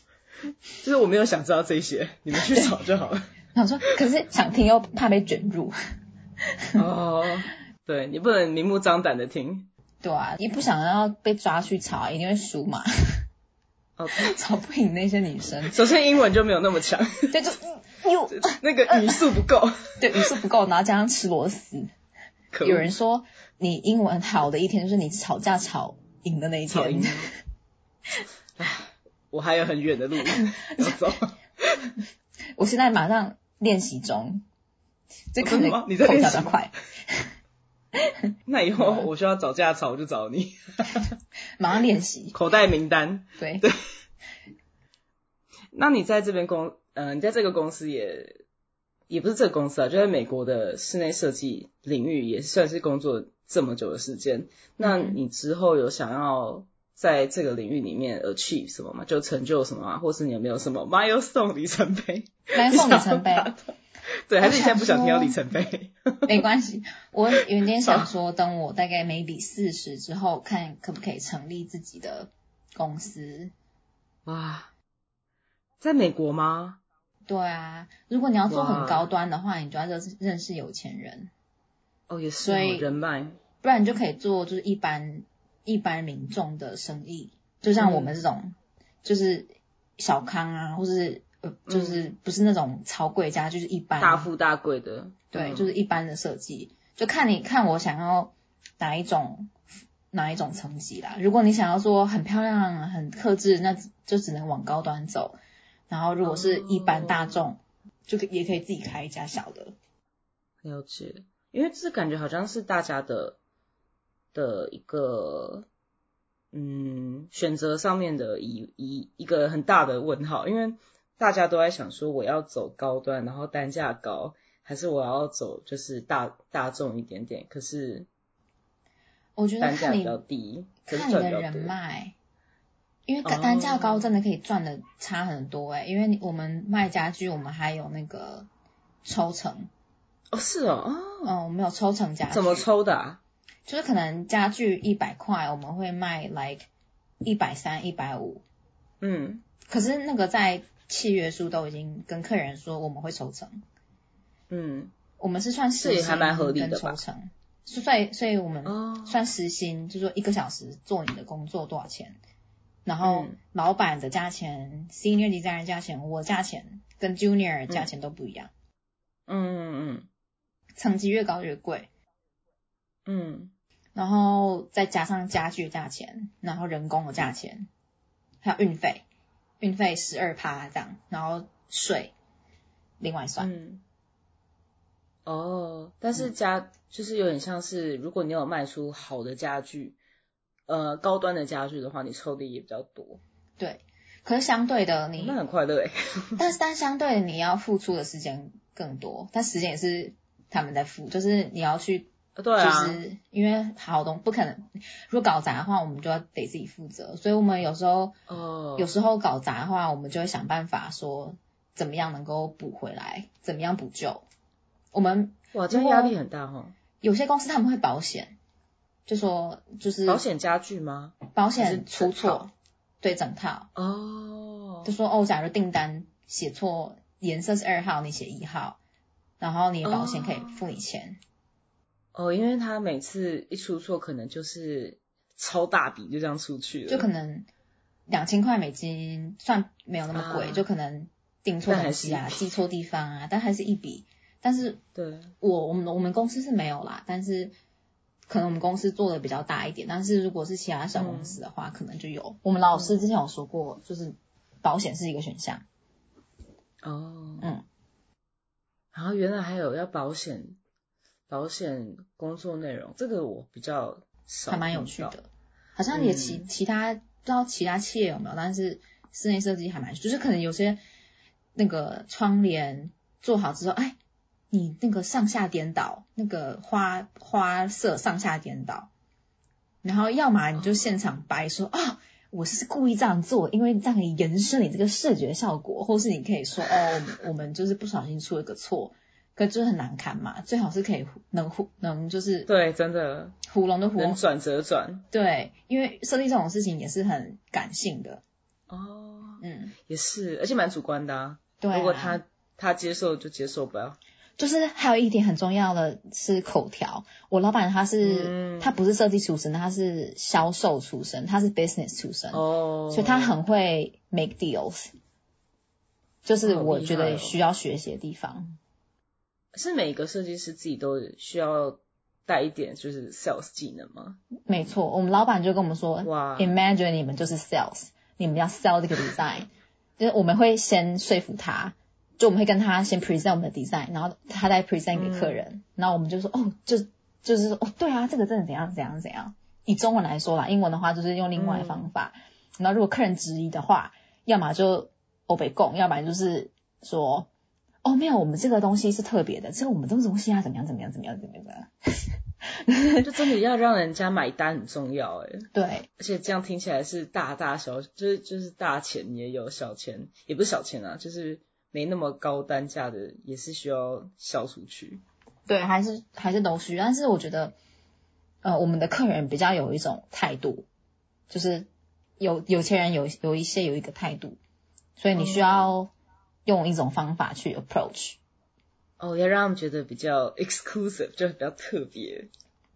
S1: 就是我没有想知道这些，你们去找就好了。
S2: 想说，可是想听又怕被卷入，
S1: 哦，对你不能明目张胆的听。
S2: 对啊，也不想要被抓去吵，一定会输嘛，
S1: 哦，
S2: 吵不赢那些女生，
S1: 首先英文就没有那么强，
S2: 对，就又
S1: 那个语速不 够。
S2: 对语速不够，然后加上吃螺丝。
S1: 可恶
S2: 有人说，你英文好的一天就是你吵架吵赢的那一
S1: 吵
S2: 天
S1: 赢，。我还有很远的路要走。
S2: 我现在马上练习中，这
S1: 哦
S2: 可
S1: 真的
S2: 能
S1: 吗你在
S2: 口条
S1: 练
S2: 比
S1: 习吗
S2: 较快，
S1: 那以后我需要找架吵，我就找你。
S2: 马上练习，
S1: 口袋名单。
S2: 对，
S1: 那你在这边公，嗯，你在这个公司也也不是这个公司啊，就在美国的室内设计领域也算是工作这么久的时间。那
S2: 嗯
S1: 你之后有想要在这个领域里面 achieve 什么吗？就成就什么啊，或是你有没有什么 milestone 里程碑？
S2: 来 送里程碑
S1: 你想要达到？ 对，还是你现在不想听到里程碑？
S2: 没关系。我有点想说，等我大概 maybe 四十之后，看可不可以成立自己的公司，
S1: 哇，在美国吗？
S2: 对啊，如果你要做很
S1: 哇
S2: 高端的话，你就要认识认识有钱人，
S1: 哦，也是
S2: 所
S1: 哦
S2: 以
S1: 人脉。
S2: 不然你就可以做就是一般一般民众的生意，就像我们这
S1: 嗯
S2: 种、就是小康啊，或是呃就是不是那种超贵家，就是一般
S1: 嗯大富大贵的，
S2: 对，
S1: 嗯
S2: 就是一般的设计，就看你看我想要哪一种哪一种层级啦。如果你想要做很漂亮、很克制，那就只能往高端走。然后如果是一般大众，就可也可以自己开一家小的。
S1: 了解，因为这感觉好像是大家的的一个嗯选择上面的一一一个很大的问号，因为大家都在想说我要走高端，然后单价高，还是我要走就是大大众一点点，可是
S2: 我觉得
S1: 单价
S2: 看
S1: 比
S2: 你
S1: 较低，可是
S2: 看
S1: 赚比
S2: 你的
S1: 较
S2: 人
S1: 多。
S2: 脉，因为
S1: 哦
S2: 单价高真的可以赚的差很多哎、因为你我们卖家具，我们还有那个抽成，
S1: 哦，是哦，啊、
S2: 嗯，我们有抽成家具，
S1: 怎么？抽的、啊？
S2: 就是可能家具一百块，我们会卖 like 一百三、一百五，
S1: 嗯，
S2: 可是那个在契约书都已经跟客人说我们会抽成，
S1: 嗯，
S2: 我们是算时
S1: 这也
S2: 薪
S1: 还蛮合理的
S2: 跟
S1: 吧
S2: 抽成，所以所以我们
S1: 哦，
S2: 算时薪，就说一个小时做你的工作多少钱，然后
S1: 嗯
S2: 老板的价钱、senior designer 价钱、我价钱
S1: 嗯
S2: 跟 junior 价钱都不一样，
S1: 嗯嗯
S2: 层级越高越贵，
S1: 嗯
S2: 然后再加上家具价钱，然后人工的价钱，还有运费，运费十二趴这样，然后税另外算，
S1: 嗯，哦，但是家就是有点像是，如果你有卖出好的家具，呃，高端的家具的话，你抽的也比较多，
S2: 对。可是相对的你，
S1: 那很快乐诶。
S2: 但是但相对你要付出的时间更多，但时间也是他们在付，就是你要去
S1: 啊 对啊，
S2: 就是因为好东不可能，如果搞砸的话，我们就要得自己负责。所以我们有时候
S1: 哦，
S2: 有时候搞砸的话，我们就会想办法说怎么样能够补回来，怎么样补救。我们
S1: 哇，这样压力很大哦。
S2: 有些公司他们会保险，就说就是
S1: 保险家具吗？还
S2: 保险
S1: 是
S2: 出
S1: 整套
S2: 错，对整套
S1: 哦
S2: 就，说哦，假如订单写错颜色是二号，你写一号，然后你的保险可以付你钱。
S1: 哦，因为他每次一出错，可能就是超大笔就这样出去了，
S2: 就可能两千块美金算没有那么贵，
S1: 啊
S2: 就可能订错东西
S1: 但
S2: 啊，
S1: 还
S2: 寄错地方啊，但还是一笔。但是
S1: 对，
S2: 我我们我们公司是没有啦，但是可能我们公司做的比较大一点，但是如果是其他小公司的
S1: 嗯
S2: 话，可能就有。我们老师之前有说过，就是保险是一个选项，
S1: 哦，
S2: 嗯，
S1: 然后原来还有要保险，保险工作内容，这个我比较少，
S2: 还蛮有趣。的。好像也其、
S1: 嗯
S2: 其他不知道其他企业有没有，但是室内设计还蛮，就是可能有些那个窗帘做好之后，哎，你那个上下颠倒，那个花花色上下颠倒，然后要么你就现场掰说啊。我是故意这样做，因为这样可以延伸你这个视觉效果，或是你可以说哦，我们我们就是不小心出了个错，可就是很难看嘛，最好是可以能糊能就是
S1: 对，真的
S2: 糊弄的糊
S1: 能转则转。
S2: 对，因为设计这种事情也是很感性的，
S1: 哦，
S2: 嗯，
S1: 也是，而且蛮主观的、啊。
S2: 对、啊。
S1: 如果他他接受就接受吧。
S2: 就是还有一点很重要的是口条，我老板他是、
S1: 嗯
S2: 他不是设计出身，他是销售出身，他是 business 出身，
S1: 哦，
S2: 嗯所以他很会 make deals，就是
S1: 好
S2: 我
S1: 厉
S2: 觉
S1: 害
S2: 得
S1: 哦
S2: 需要学习的地方。
S1: 是每个设计师自己都需要带一点就是 sales 技能吗？
S2: 没错，我们老板就跟我们说
S1: 哇
S2: ，Imagine 你们就是 sales，你们要 sell 这个 design，就是我们会先说服他，就我们会跟他先 present 我们的 design，然后他再 present 给客人，然后我们就说哦，就就是说哦，对啊，这个真的怎样怎样怎样。以中文来说啦，英文的话就是用另外的方法。然后如果客人质疑的话，要么就欧北共，要不然就是说哦没有，我们这个东西是特别的，这个我们这个东西啊怎么样怎么样怎么样怎么样怎么样。
S1: 就真的要让人家买单很重要哎、
S2: 对，
S1: 而且这样听起来是大大小，就是就是大钱也有小钱，也不是小钱啊，就是没那么高单价的也是需要销出去。
S2: 对，还是还是都需要，但是我觉得，呃，我们的客人比较有一种态度，就是有有些人有有一些有一个态度，所以你需要用一种方法去 approach，
S1: 哦，要让他们觉得比较 exclusive，就比较特别，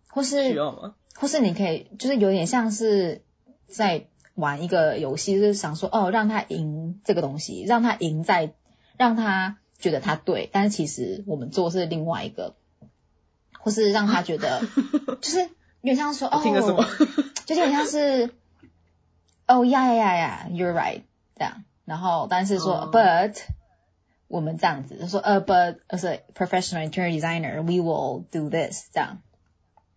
S2: 或
S1: 需
S2: 是
S1: 要吗？
S2: 或是你可以就是有点像是在玩一个游戏，就是想说哦，让他赢这个东西，让他赢在让他觉得他对，但是其实我们做的是另外一个，或是让他 觉得就是有点像说哦
S1: 我，听了什么？
S2: 就有点像是，哦呀呀呀呀，You're right，这样。然后，但是说、
S1: 哦
S2: But 我们这样子，就说呃、But as a professional interior designer，we will do this，这样，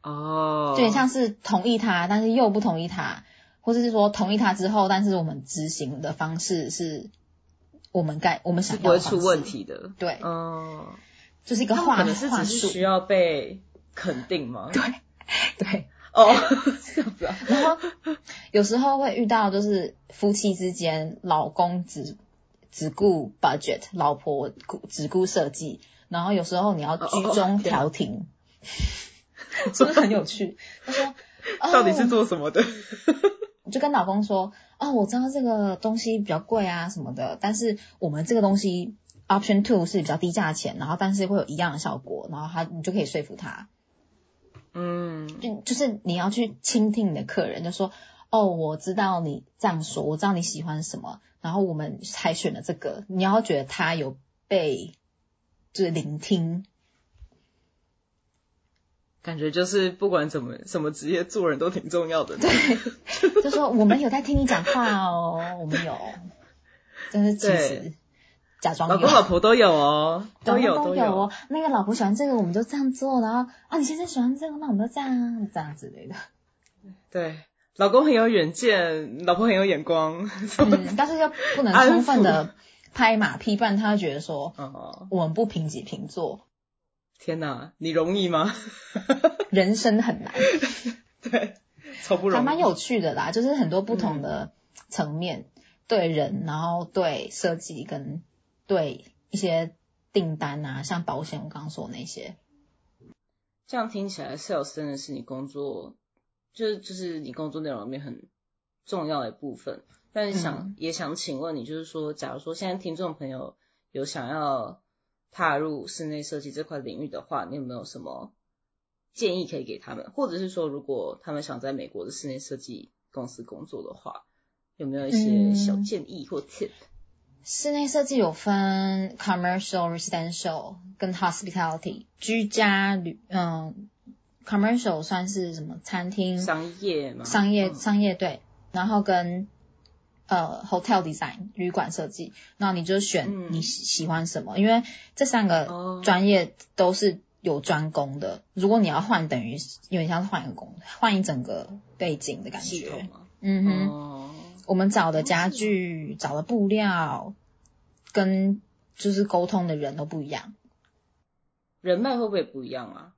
S1: 哦，
S2: 就有点像是同意他，但是又不同意他，或者是说同意他之后，但是我们执行的方式是我们该我们
S3: 是
S2: 想
S3: 不
S2: 要的
S3: 会
S2: 方
S3: 出问
S2: 式，
S3: 题的。
S2: 对，
S3: 嗯，
S2: 就是一个
S1: 哦可
S2: 话
S1: 能是
S2: 话
S1: 只是需
S2: 术，
S1: 要被肯定吗？
S2: 对对。
S1: 哦，这样子啊，
S2: 然后有时候会遇到，就是夫妻之间，老公只只顾 budget，老婆顾只顾设计，然后有时候你要居中调停， 是不是很有趣？他说，哦、
S1: 到底是做什么的？
S2: 我就跟老公说，哦，我知道这个东西比较贵啊什么的，但是我们这个东西 option two 是比较低价钱，然后但是会有一样的效果，然后他你就可以说服他，
S1: 嗯，
S2: 就就是你要去倾听你的客人，就说哦，我知道你这样说，我知道你喜欢什么，然后我们才选了这个。你要觉得他有被就是聆听，
S1: 感觉就是不管怎么什么职业，做人都挺重要的。
S2: 就说我们有在听你讲话哦，我们有，但是其实
S1: 对
S2: 假装
S1: 老
S2: 有
S1: 公。老婆都有哦，都
S2: 老
S1: 有
S2: 公都
S1: 有
S2: 哦，那个老婆喜欢这个，我们就这样做，然后啊，你先生喜欢这个，那我们就这样这样之类的。
S1: 对，老公很有远见，老婆很有眼光。
S2: 嗯，但是又不能充分的拍马屁，不然他会觉得说
S1: 哦，
S2: 我们不平起平坐，
S1: 天哪，你容易吗？
S2: 人生很难，
S1: 对，超不容
S2: 还
S1: 易。嗯
S2: 蛮有趣的啦，就是很多不同的层面，对人，然后对设计跟对一些订单啊，像保险，我刚刚说的那些，
S1: 这样听起来，sales 真的是你工作，就是就是你工作内容里面很重要的一部分。但是想、
S2: 嗯
S1: 也想请问你，就是说，假如说现在听众朋友有想要踏入室内设计这块领域的话，你有没有什么建议可以给他们？或者是说，如果他们想在美国的室内设计公司工作的话，有没有一些小
S2: 嗯
S1: 建议或 tip？、
S2: 室内设计有分 commercial、residential 跟 hospitality，居家旅，嗯，commercial 算是什么餐厅、
S1: 商业嘛，
S2: 商业
S1: 嗯
S2: 商业对，然后跟呃 hotel design 旅馆设计，那你就选
S1: 嗯
S2: 你喜喜欢什么，因为这三个
S1: 哦
S2: 专业都是有专攻的。如果你要换，等于有点像是换一个工，换一整个背景的感
S1: 系统
S2: 觉。
S1: 嘛。
S2: 嗯哼，
S1: 哦，
S2: 我们找的家具、找的布料，跟就是沟通的人都不一样，
S1: 人脉会不会不一样啊？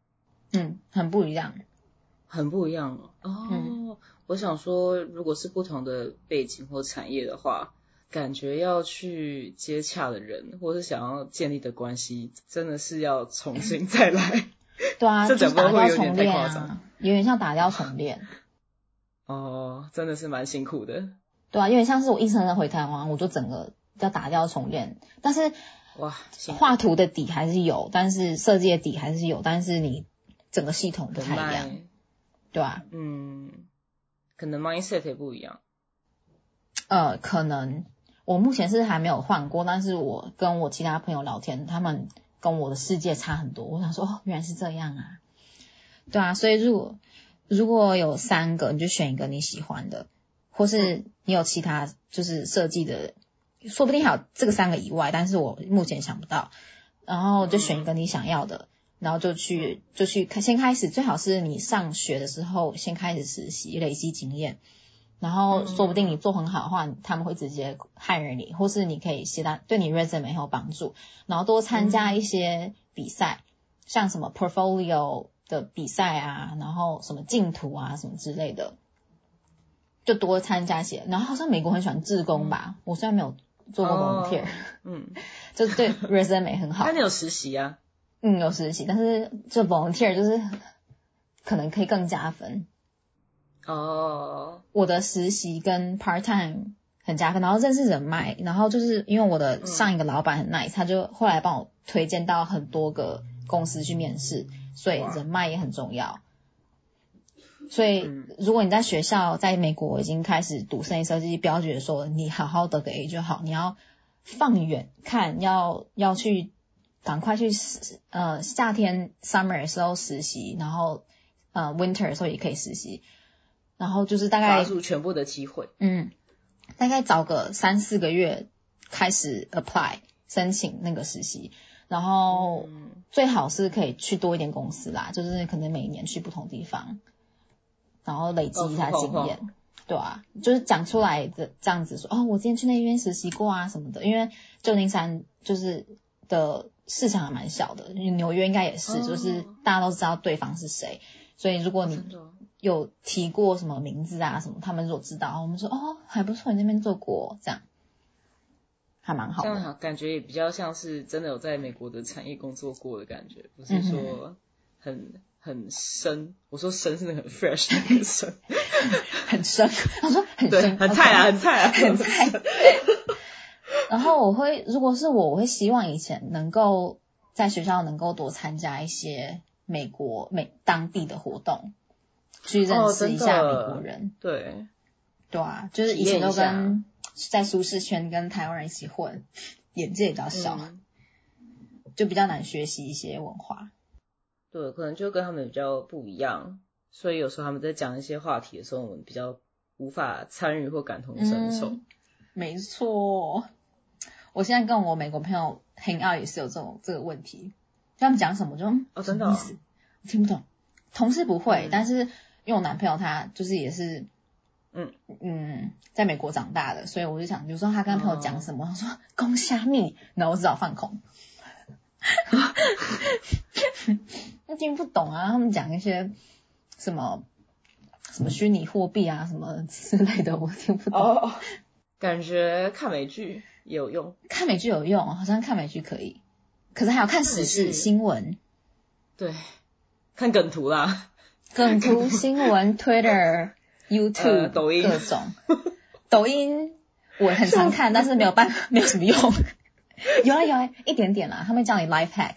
S2: 嗯，很不一样。
S1: 很不一样哦。哦，
S2: 嗯
S1: 我想说，如果是不同的背景或产业的话，感觉要去接洽的人，或是想要建立的关系，真的是要重
S2: 嗯
S1: 新再来。
S2: 对啊，就
S1: 这
S2: 是
S1: 讲不会有
S2: 打掉
S1: 点
S2: 重
S1: 太
S2: 练
S1: 夸
S2: 啊
S1: 张，
S2: 有点像打掉重练。
S1: 哦，真的是蛮辛苦的。
S2: 对啊，有点像是我一生人回台湾，我就整个要打掉重练。但是
S1: 哇，辛苦
S2: 画图的底还是有，但是设计的底还是有，但是你整个系统不
S1: 人
S2: 太一样，
S1: 脉，
S2: 对啊吧、
S1: 欸嗯，可能 mindset 也不一样。
S2: 呃，可能我目前是还没有换过，但是我跟我其他朋友聊天，他们跟我的世界差很多。我想说，哦，原来是这样啊，对啊，所以如果如果有三个，你就选一个你喜欢的，或是你有其他就是设计的，说不定还有这个三个以外，但是我目前想不到，然后就选一个你想要的。然后就去就去开先开始，最好是你上学的时候先开始实习，累积经验，然后说不定你做很好的话，他们会直接 hire 你，或是你可以写单，对你 resume 很有帮助。然后多参加一些比赛，像什么 portfolio 的比赛啊，然后什么竞图啊什么之类的，就多参加一些。然后好像美国很喜欢志工吧，我虽然没有做过
S1: 哦
S2: volunteer，、
S1: 嗯，
S2: 就对 resume 很好
S1: 那。你有实习啊？
S2: 嗯，有实习，但是就 volunteer 就是可能可以更加分。
S1: 哦，
S2: 我的实习跟 part time 很加分，然后认识人脉，然后就是因为
S1: 嗯
S2: 我的上一个老板很 nice，、他就后来帮我推荐到很多个公司去面试，所以
S1: 哇
S2: 人脉也很重要。所以
S1: 嗯，
S2: 如果你在学校，在美国已经开始读室内设计，不要觉得说你好好得个 A 就好，你要放远看，要要去赶快去实呃夏天 summer 的时候实习，然后呃 winter 的时候也可以实习，然后就是大概
S1: 抓住全部的机会。
S2: 嗯，大概找个三四个月开始 apply 申请那个实习，然后
S1: 嗯，
S2: 最好是可以去多一点公司啦，就是可能每一年去不同地方，然后累积一下
S1: 到处晃
S2: 经
S1: 晃
S2: 验。对啊，就是讲出来的这样子说，哦，我之前去那边实习过啊什么的，因为旧金山就是的市场还蛮小的，纽约应该也是，
S1: 哦
S2: 就是大家都知道对方是谁，所以如果你
S1: 真的哦
S2: 有提过什么名字啊什么，他们如果知道，我们说哦还不错，你那边做过这样，还蛮好
S1: 这
S2: 的。
S1: 样感觉也比较像是真的有在美国的产业工作过的感觉，不
S2: 嗯
S1: 是说很很深。我说深是那个很 fresh 那个深，
S2: 很深， 他说很
S1: 对，
S2: 深，
S1: 很菜啊，
S2: OK
S1: 很菜啊，
S2: 很菜。 然后我会，如果是我，我会希望以前能够在学校能够多参加一些美国美当地的活动，去认
S1: 哦
S2: 识一
S1: 真的
S2: 下美国人。
S1: 对，
S2: 对啊，就是以
S1: 体验
S2: 前
S1: 一
S2: 都
S1: 下
S2: 跟在舒适圈跟台湾人一起混，眼界比较小，
S1: 嗯
S2: 就比较难学习一些文化。
S1: 对，可能就跟他们比较不一样，所以有时候他们在讲一些话题的时候，我们比较无法参与或感同身受。
S2: 嗯没错，我现在跟我美国朋友 hang out 也是有这种这个问题，他们讲什么我就嗯
S1: 哦真的
S2: 什
S1: 哦
S2: 么意思我听不懂。同事不会，
S1: 嗯
S2: 但是因为我男朋友他就是也是，
S1: 嗯
S2: 嗯，在美国长大的，所以我就想，比如说他跟他朋友讲
S1: 哦
S2: 什么，他说“攻虾米”，然后我只好放空，我听不懂啊。他们讲一些什么什么虚拟货币啊什么之类的，我听不懂。
S1: 哦，感觉看美剧也有用。
S2: 看美剧有用，好像看美剧可以，可是还有看时
S1: 看
S2: 事
S1: 美剧
S2: 新闻、
S1: 对，看梗图啦，
S2: 梗图、新 闻、Twitter、YouTube、
S1: 呃抖音
S2: 各种。抖音我很常看，但是没有办 法，没有什么用。有啊有啊，一点点啦，他们叫你 life hack。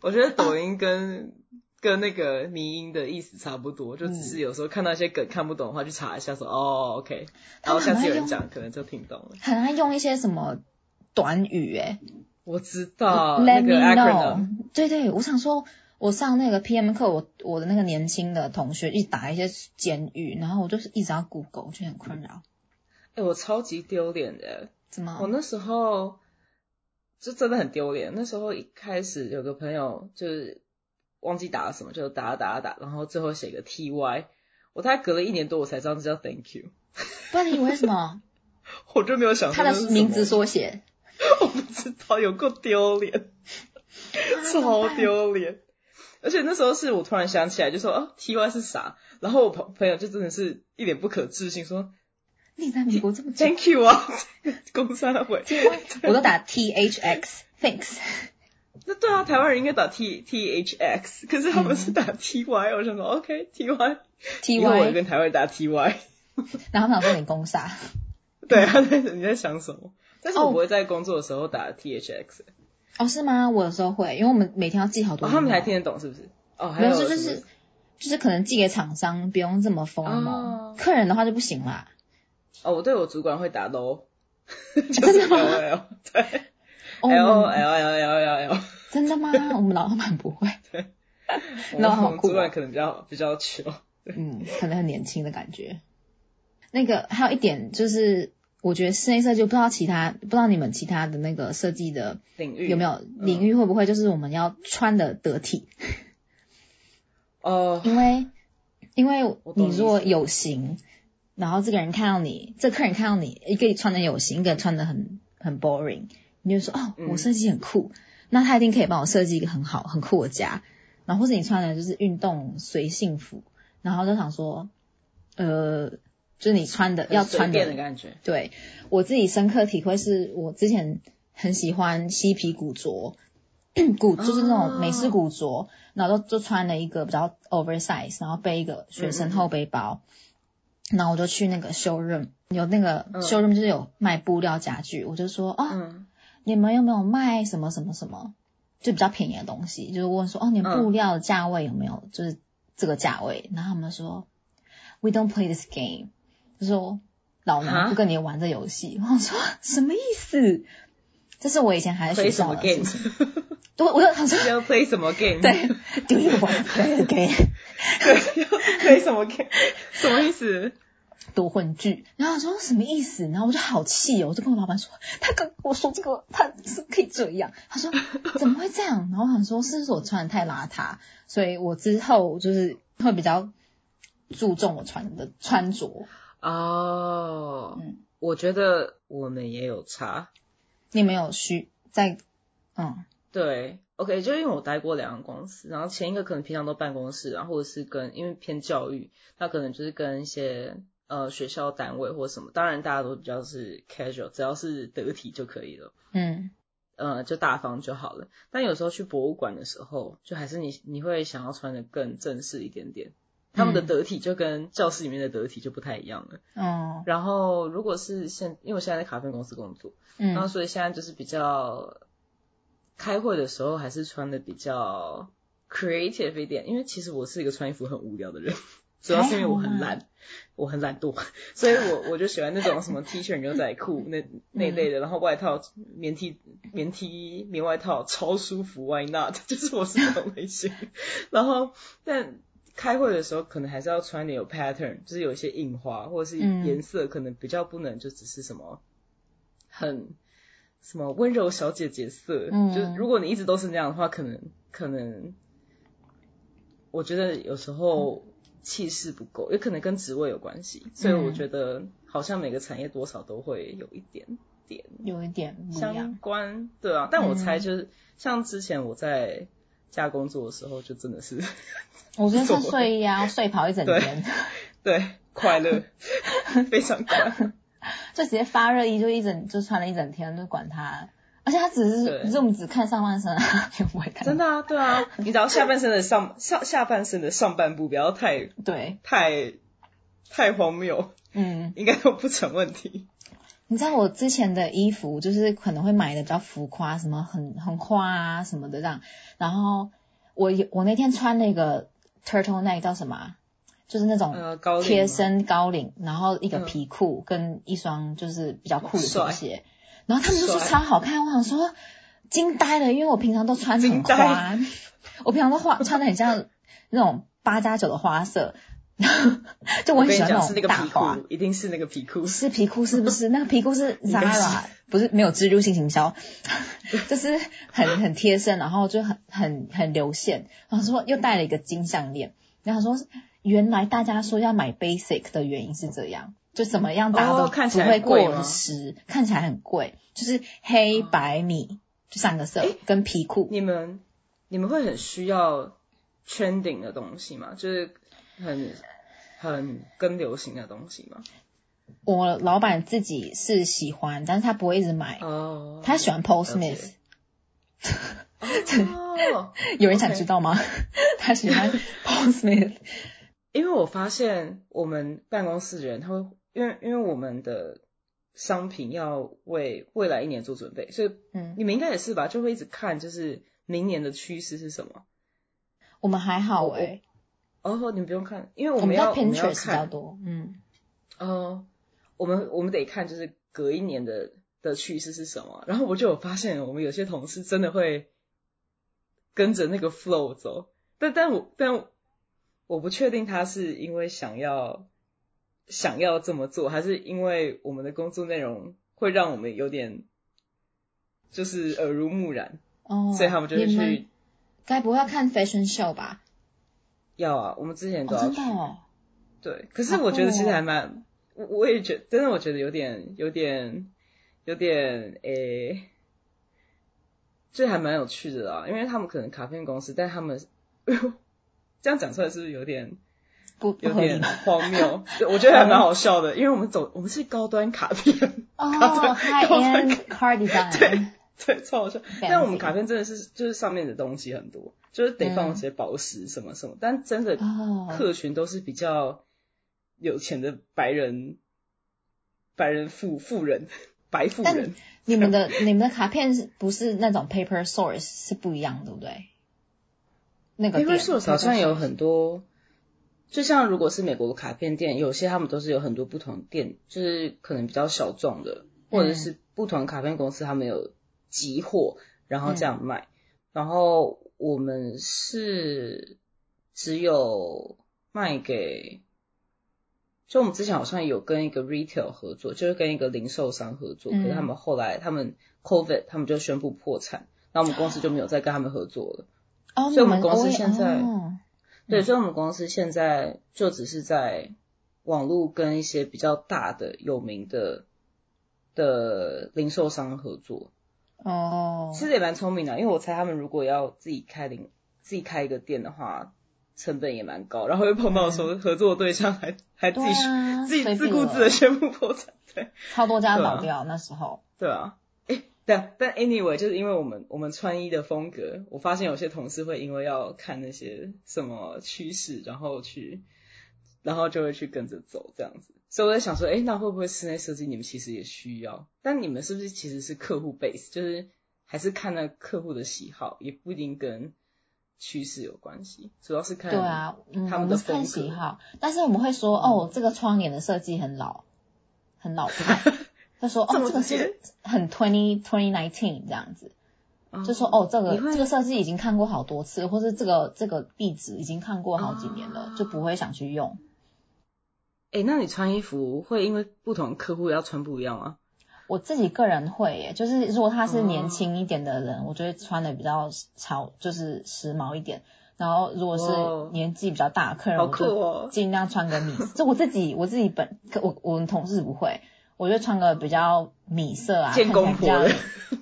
S1: 我觉得抖音跟、跟那个迷音的意思差不多，就只
S2: 嗯
S1: 是有时候看到一些梗看不懂的话，去查一下说哦，OK，然后下次有人讲，可能就听懂了。
S2: 很爱用一些什么短语诶、
S1: 我知道
S2: Let
S1: 哦那
S2: me
S1: 个
S2: know
S1: acronym，。
S2: 对对，我想说，我上那个 PM 课，我我的那个年轻的同学一直打一些简语，然后我就是一直要 Google，我就很困扰。
S1: 哎、我超级丢脸的，
S2: 怎么？
S1: 我那时候就真的很丢脸。那时候一开始有个朋友就是忘记打了什么，就打打打，然后最后写个 T Y。我大概隔了一年多，我才知道这叫 Thank you，
S2: 不然你以为什么？
S1: 我就没有想说
S2: 他的
S1: 啊这是什么
S2: 名字缩写，
S1: 我不知道，有够丢脸， 超丢脸。而且那时候是我突然想起来，就说啊，T Y 是啥？然后我朋朋友就真的是一脸不可置信，说
S2: 你在美国这 么久，
S1: Thank you 啊，公三回。
S2: 我都打 T H X thanks，
S1: 那对啊，台湾人应该打 T T H X，可是他们是打 T Y，、我想说 OK T Y，
S2: 嗯 T
S1: 以后我就
S2: Y，
S1: 跟台湾人打 T Y。
S2: 然后他们想说你攻杀，
S1: 对
S2: 嗯
S1: 啊，但是你在想什么？但是
S2: 哦
S1: 我不会在工作的时候打 T H X，、
S2: 哦是吗？我有时候会，因为我们每天要记好多
S1: 哦，
S2: email，
S1: 他们才听得懂是不是？哦，还
S2: 没有
S1: 有
S2: 就就
S1: 什么
S2: 是就是可能寄给厂商不用这么 formal，、
S1: 哦
S2: 客人的话就不行啦。
S1: 哦，我对我主管会打 low，就
S2: 真的
S1: 是 L
S2: 吗
S1: L 对
S2: 哦
S1: L
S2: 我
S1: L
S2: 们
S1: L L L，
S2: 真的吗？我们老板 不会，
S1: 我
S2: LOL
S1: 们
S2: 好
S1: 我
S2: 酷
S1: 们
S2: 哦
S1: 主管可能比较比较 穷，
S2: 嗯，可能很年轻的感觉。那个还有一点就是，我觉得室内设计，我不知道其他不知道你们其他的那个设计的
S1: 领域
S2: 有没有领域会不会就是我们要穿的得体？
S1: 哦，
S2: 因为因为
S1: 我懂
S2: 你
S1: 你
S2: 如果有型，然后这个人看到你，这个客人看到你，一个穿的有型，一个穿的很很 boring，你就说哦，
S1: 嗯
S2: 我设计很酷，那他一定可以帮我设计一个很好很酷的家。然后或者你穿的就是运动随性服，然后就想说，呃，就是你穿的
S1: 很
S2: 要
S1: 随
S2: 穿
S1: 便的感觉，
S2: 对我自己深刻体会是，我之前很喜欢嬉皮古 着，古就是那种美式古着，然后就就穿了一个比较 oversize，然后背一个学生后背包，然后我就去那个 showroom，有那个
S1: 嗯
S2: showroom 就是有卖布料家具，我就说啊，
S1: 嗯，
S2: 你们有没有卖什么什么什么，就比较便宜的东西？就是问说，哦，你们布料的价位有没有就是这个价位？然后他们说，We don't play this game，就说老娘
S1: 啊
S2: 不跟你玩这游戏。我说什么意思？这是我以前还在学
S1: 推什
S2: 校
S1: 么
S2: 的
S1: game
S2: 事情。对，我就想说，
S1: 要 play 什么 game，
S2: 对，Do you want to play the game？
S1: 对，要 play 什么 game，什 么意思？
S2: 夺魂剧，然后我说什么意思？然后我就好气哦，我就跟我老板说，他跟我说这个，他是可以这样。他说怎么会这样？然后我想说，是不是我穿的太邋遢？所以我之后就是会比较注重我穿的穿着。
S1: 哦，
S2: 嗯
S1: 我觉得我们也有差。
S2: 你没有需在，嗯
S1: 对，OK，就因为我待过两个公司，然后前一个可能平常都办公室，然后或者是跟因为偏教育，那可能就是跟一些呃学校单位或什么，当然大家都比较是 casual，只要是得体就可以了。
S2: 嗯
S1: 呃，就大方就好了。但有时候去博物馆的时候，就还是你你会想要穿的更正式一点点。他们的
S2: 嗯
S1: 得体就跟教室里面的得体就不太一样了。
S2: 哦
S1: 然后如果是现，因为我现在在咖啡公司工作，然后
S2: 嗯
S1: 所以现在就是比较开会的时候还是穿的比较 creative 一点，因为其实我是一个穿衣服很无聊 的人，主要是因为我很懒，我很懒惰，所以我我就喜欢那种什么 T 恤、牛仔裤那那一
S2: 嗯
S1: 类的，然后外套、棉 T、棉 T、棉外套超舒服，Why not？就是 我是这种类型，然后但。开会的时候可能还是要穿点有 pattern，就是有一些印花或者是
S2: 嗯
S1: 颜色，可能比较不能就只是什么很什么温柔小姐姐色，
S2: 嗯
S1: 就是如果你一直都是那样的话，可能可能，我觉得有时候气势不够，也可能跟职位有关系，所以
S2: 嗯
S1: 我觉得好像每个产业多少都会有一点点
S2: 有一点不一样
S1: 相关，对啊，但我猜
S2: 嗯
S1: 就是、像之前我在家工作的时候，就真的是
S2: 我觉得穿睡 衣啊，睡袍一整天，
S1: 对快乐，非常快乐。
S2: 就直接发热衣就一整就穿了一整天，就管它。而且它只是
S1: 对
S2: Zoom 只看上半身啊，也不会看。
S1: 真
S2: 的
S1: 的啊，对啊，你只要下半身的上上下半身的上半部不要太
S2: 对，
S1: 太太荒谬，
S2: 嗯，
S1: 应该都不成问题。
S2: 你知道我之前的衣服就是可能会买的比较浮夸，什么很很花啊什么的这样。然后我有我那天穿那个 turtle neck 叫什么啊、就是那种
S1: 呃，高领吗
S2: 贴身高领，然后一个
S1: 嗯
S2: 皮裤跟一双就是比较酷的球
S1: 帅
S2: 鞋，然后他们就说
S1: 帅
S2: 超好看，我想说惊呆了，因为我平常都穿很
S1: 惊呆
S2: 花，我平常都花穿的很像那种八加九的花色， 就
S1: 我跟
S2: 很
S1: 你
S2: 喜欢
S1: 讲是那
S2: 种
S1: 个
S2: 大
S1: 皮
S2: 花。
S1: 裤，一定是那个皮裤。
S2: 是皮裤是不 是？那个皮裤是
S1: 应该是
S2: Zara，不是没有植入性行销， 就是 很很贴身，然后就很很很流线。然后说又戴了一个金项链，然后说原来大家说要买 basic 的原因是这样，就怎么样大家都
S1: 哦看
S2: 不
S1: 起来
S2: 会
S1: 很贵
S2: 过
S1: 吗
S2: 时，看起来很贵，就是黑白米就三个色
S1: 诶
S2: 跟皮裤。
S1: 你们你们会很需要 trending 的东西吗？就是很很跟流行的东西吗？
S2: 我老板自己是喜欢，但是他不会一直买，
S1: 哦，
S2: 他喜欢 Paul
S1: 了解
S2: Smith。
S1: 哦，
S2: 有人想
S1: OK
S2: 知道吗？ 他喜欢 Paul Smith。
S1: 因为我发现我们办公室的人，他会因为因为我们的商品要为未来一年做准备，所以
S2: 嗯
S1: 你们应该也是吧？就会一直看就是明年的趋势是什么。
S2: 我们还好
S1: 我
S2: 诶、
S1: 哦，你不用看，因为
S2: 我
S1: 们
S2: 们
S1: 要
S2: 在
S1: 我们要
S2: Pinterest 比较
S1: 看
S2: 多，嗯
S1: 哦，我们我们得看就是隔一年的的趋势是什么。然后我就有发现，我们有些同事真的会跟着那个 flow 走，但但我但我不确定他是因为想要想要这么做，还是因为我们的工作内容会让我们有点就是耳濡目染，
S2: 哦，
S1: 所以他们就会
S2: 你们
S1: 去
S2: 该不会要看 fashion show 吧？
S1: 要啊。我们之前都
S2: 哦，
S1: 要
S2: 真
S1: 去。
S2: 的哦，
S1: 对，可是我觉得其实
S2: 哦
S1: 还蛮，我我也觉真的我觉得有点有点有点诶、这还蛮有趣的啦，因为他们可能卡片公司，但他们 这样讲出来是不是有点
S2: 不不
S1: 有
S2: 合理
S1: 点
S2: 吧？
S1: 荒谬？对我觉得还蛮好笑 的，因为我们走我们是高端卡片，
S2: 哦，high
S1: 高端
S2: end car design，
S1: 对，超好笑。但我们卡片真的是就是上面的东西很多，就是得放一些宝石什么什么，但真的
S2: 嗯哦，
S1: 客群都是比较有钱的白人，白人富富人，白富人。
S2: 你们的你们的卡片是不是那种 paper source 是不一样，对不对？那个
S1: Paper
S2: 店
S1: Source 好像有很多，就像如果是美国的卡片店，有些他们都是有很多不同店，就是可能比较小众的，或者是不同卡片公司他们有集货，然后这样卖。然后我们是只有卖给，就我们之前好像有跟一个 retail 合作，就是跟一个零售商合作，
S2: 嗯
S1: 可是他们后来他们 COVID 他们就宣布破产，那我们公司就没有再跟他们合作了。
S2: 哦，
S1: 所以我们
S2: 你
S1: 公司
S2: OA
S1: 现在
S2: 哦
S1: 对，所以我们公司现在就只是在网络跟一些比较大的有名的的零售商合作，
S2: 哦，
S1: 其实也蛮聪明的，啊因为我猜他们如果要自己开零自己开一个店的话，成本也蛮高，然后又碰到说合作对象还还自
S2: 啊对
S1: 己、
S2: 啊，
S1: 自己
S2: 随
S1: 自
S2: 便
S1: 顾
S2: 了
S1: 自的宣布破产，对。
S2: 超多家
S1: 对啊
S2: 倒掉那时候，
S1: 对啊，诶，但但 anyway，就是因为我们我们穿衣的风格，我发现有些同事会因为要看那些什么趋势，然后去，然后就会去跟着走这样子。所以我在想说，诶，那会不会室内设计你们其实也需要？但你们是不是其实是客户 base，就是还是看那客户的喜好，也不一定跟趋势有关系，主要是看
S2: 对啊，嗯，
S1: 他
S2: 我
S1: 们的
S2: 们是
S1: 风
S2: 看
S1: 格嗯
S2: 喜好，但是我们会说，哦，这个窗帘的设计很老，很老派，就说
S1: 这
S2: 哦，
S1: 么
S2: 这个
S1: 直接
S2: 是很 twenty twenty nineteen 这样子，
S1: 哦
S2: 就说哦，这个
S1: 你会
S2: 这个设计已经看过好多次，或是这个这个壁纸已经看过好几年了，
S1: 哦
S2: 就不会想去用。
S1: 诶，那你穿衣服会因为不同客户要穿不一样吗？
S2: 我自己个人会耶，就是如果他是
S1: 哦
S2: 年轻一点的人，我就会穿的比较潮，就是时髦一点。然后如果
S1: 哦
S2: 是年纪比较大的客人，
S1: 好
S2: 我
S1: 酷哦
S2: 就尽量穿个米，就我自己我自己本可我我们同事不会，我就穿个比较米色啊，看
S1: 见
S2: 起来
S1: 公
S2: 比
S1: 婆
S2: 较
S1: 的
S2: 有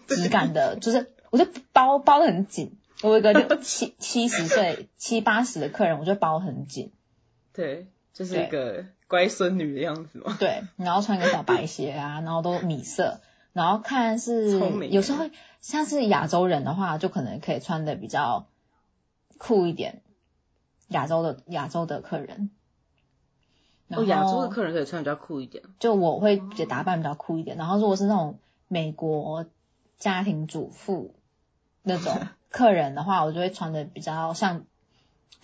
S2: 质感的，就是我就包包的很紧。我有一 个六七七十岁七八十的客人，我就包很紧，
S1: 对，就是
S2: 对
S1: 一个乖孙女的样子嘛。
S2: 对，然后穿个小白鞋 啊，然后都米色，然后看是
S1: 聪明
S2: 有时候像是亚洲人的话，就可能可以穿的比较酷一点，亚洲的亚洲的客人。然
S1: 哦，
S2: 后
S1: 亚洲的客人可以穿比较酷一点。
S2: 就我会觉得打扮比较酷一点，然后如果是那种美国家庭主妇那种 客人的话，我就会穿的比较像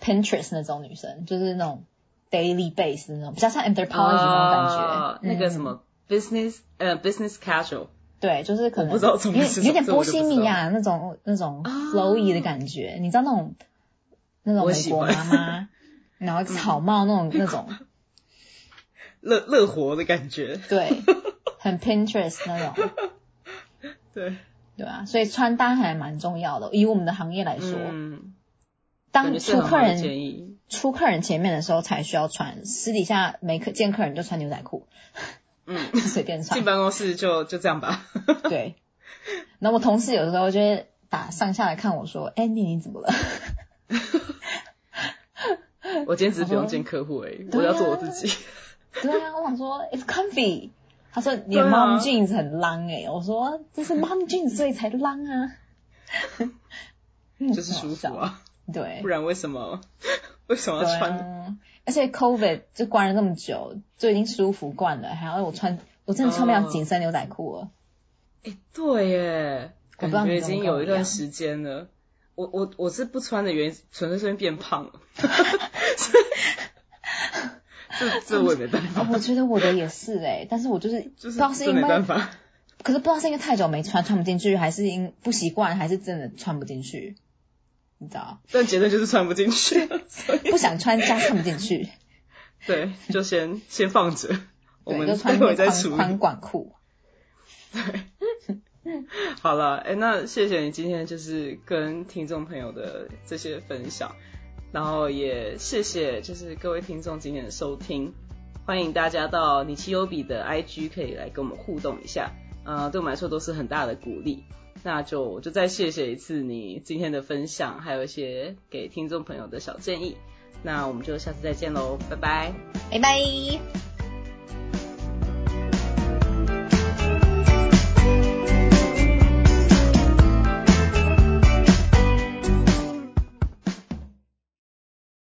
S2: Pinterest 那种女生，就是那种 daily base 那种，比较像 anthropology 那种感觉
S1: 啊，那个
S2: 嗯
S1: 什么 business 呃 business casual，
S2: 对，就是可能
S1: 我不知道
S2: 有
S1: 中
S2: 点
S1: 文是什么
S2: 有点
S1: 这我
S2: 波
S1: 就不
S2: 西
S1: 知道
S2: 米亚那种那种
S1: 啊
S2: flowy 的感觉，你知道那种那种
S1: 我
S2: 美
S1: 喜
S2: 国
S1: 欢
S2: 妈妈，然后草帽那种 那种，
S1: 乐乐活的感 觉。
S2: 对，很 Pinterest 那种，
S1: 对，
S2: 对啊，所以穿搭还蛮重要的。以我们的行业来说，
S1: 嗯，感
S2: 当
S1: 觉是
S2: 出
S1: 很好
S2: 客
S1: 的
S2: 人
S1: 建议。
S2: 出客人前面的时候才需要穿，私底下没客见客人就穿牛仔 裤，
S1: 嗯，
S2: 就随便穿
S1: 进。办公室就就这样 吧。
S2: 对，然后我同事有时候就会打上下来看我说：“Andy，你怎哎么了？”
S1: 我今天只是不用见客户而
S2: 哦
S1: 已，我要做我自己。
S2: 对啊，我想说 it's comfy。他说你
S1: 对
S2: 的
S1: 啊
S2: mom jeans 很 long 哎、我说这是 mom jeans 所以才 long 啊，
S1: 就是舒服啊，
S2: 对
S1: 不，然为什么 为什么
S2: 对
S1: 要穿？
S2: 啊，而且 covid 就关了那么久，就已经舒服惯了，还要我穿，我真的穿不了紧身牛仔裤 了。
S1: 对耶，
S2: 我不
S1: 感觉
S2: 知道你
S1: 已
S2: 怎么
S1: 经
S2: 跟我
S1: 有一
S2: 一
S1: 段
S2: 样
S1: 时间了。我我我是不穿的原因，纯粹是因为变 胖了。这这我也没办法。
S2: 哦，我觉得我的也是哎、但是我就是不
S1: 就
S2: 知
S1: 是
S2: 道是
S1: 真
S2: 因
S1: 没
S2: 为
S1: 办， 法，
S2: 可是不知道是因为太久没穿穿不进去，还是因不习惯，还是真的穿不进去，你知道？
S1: 但结论就是穿不进 去，所以
S2: 不想穿加穿不 进去，
S1: 对，就先先放着，我
S2: 对，
S1: 们
S2: 就
S1: 待
S2: 穿
S1: 会
S2: 那
S1: 再
S2: 个
S1: 处
S2: 宽
S1: 理
S2: 宽。管裤。
S1: 好了，哎、那谢谢你今天就是跟听众朋友的这些分享，然后也谢谢就是各位听众今天的收听，欢迎大家到你奇优比的 IG 可以来跟我们互动一下，呃，对我们来说都是很大的鼓励。那就我就再谢谢一次你今天的分享，还有一些给听众朋友的小建议。那我们就下次再见喽，拜拜。
S2: 拜拜。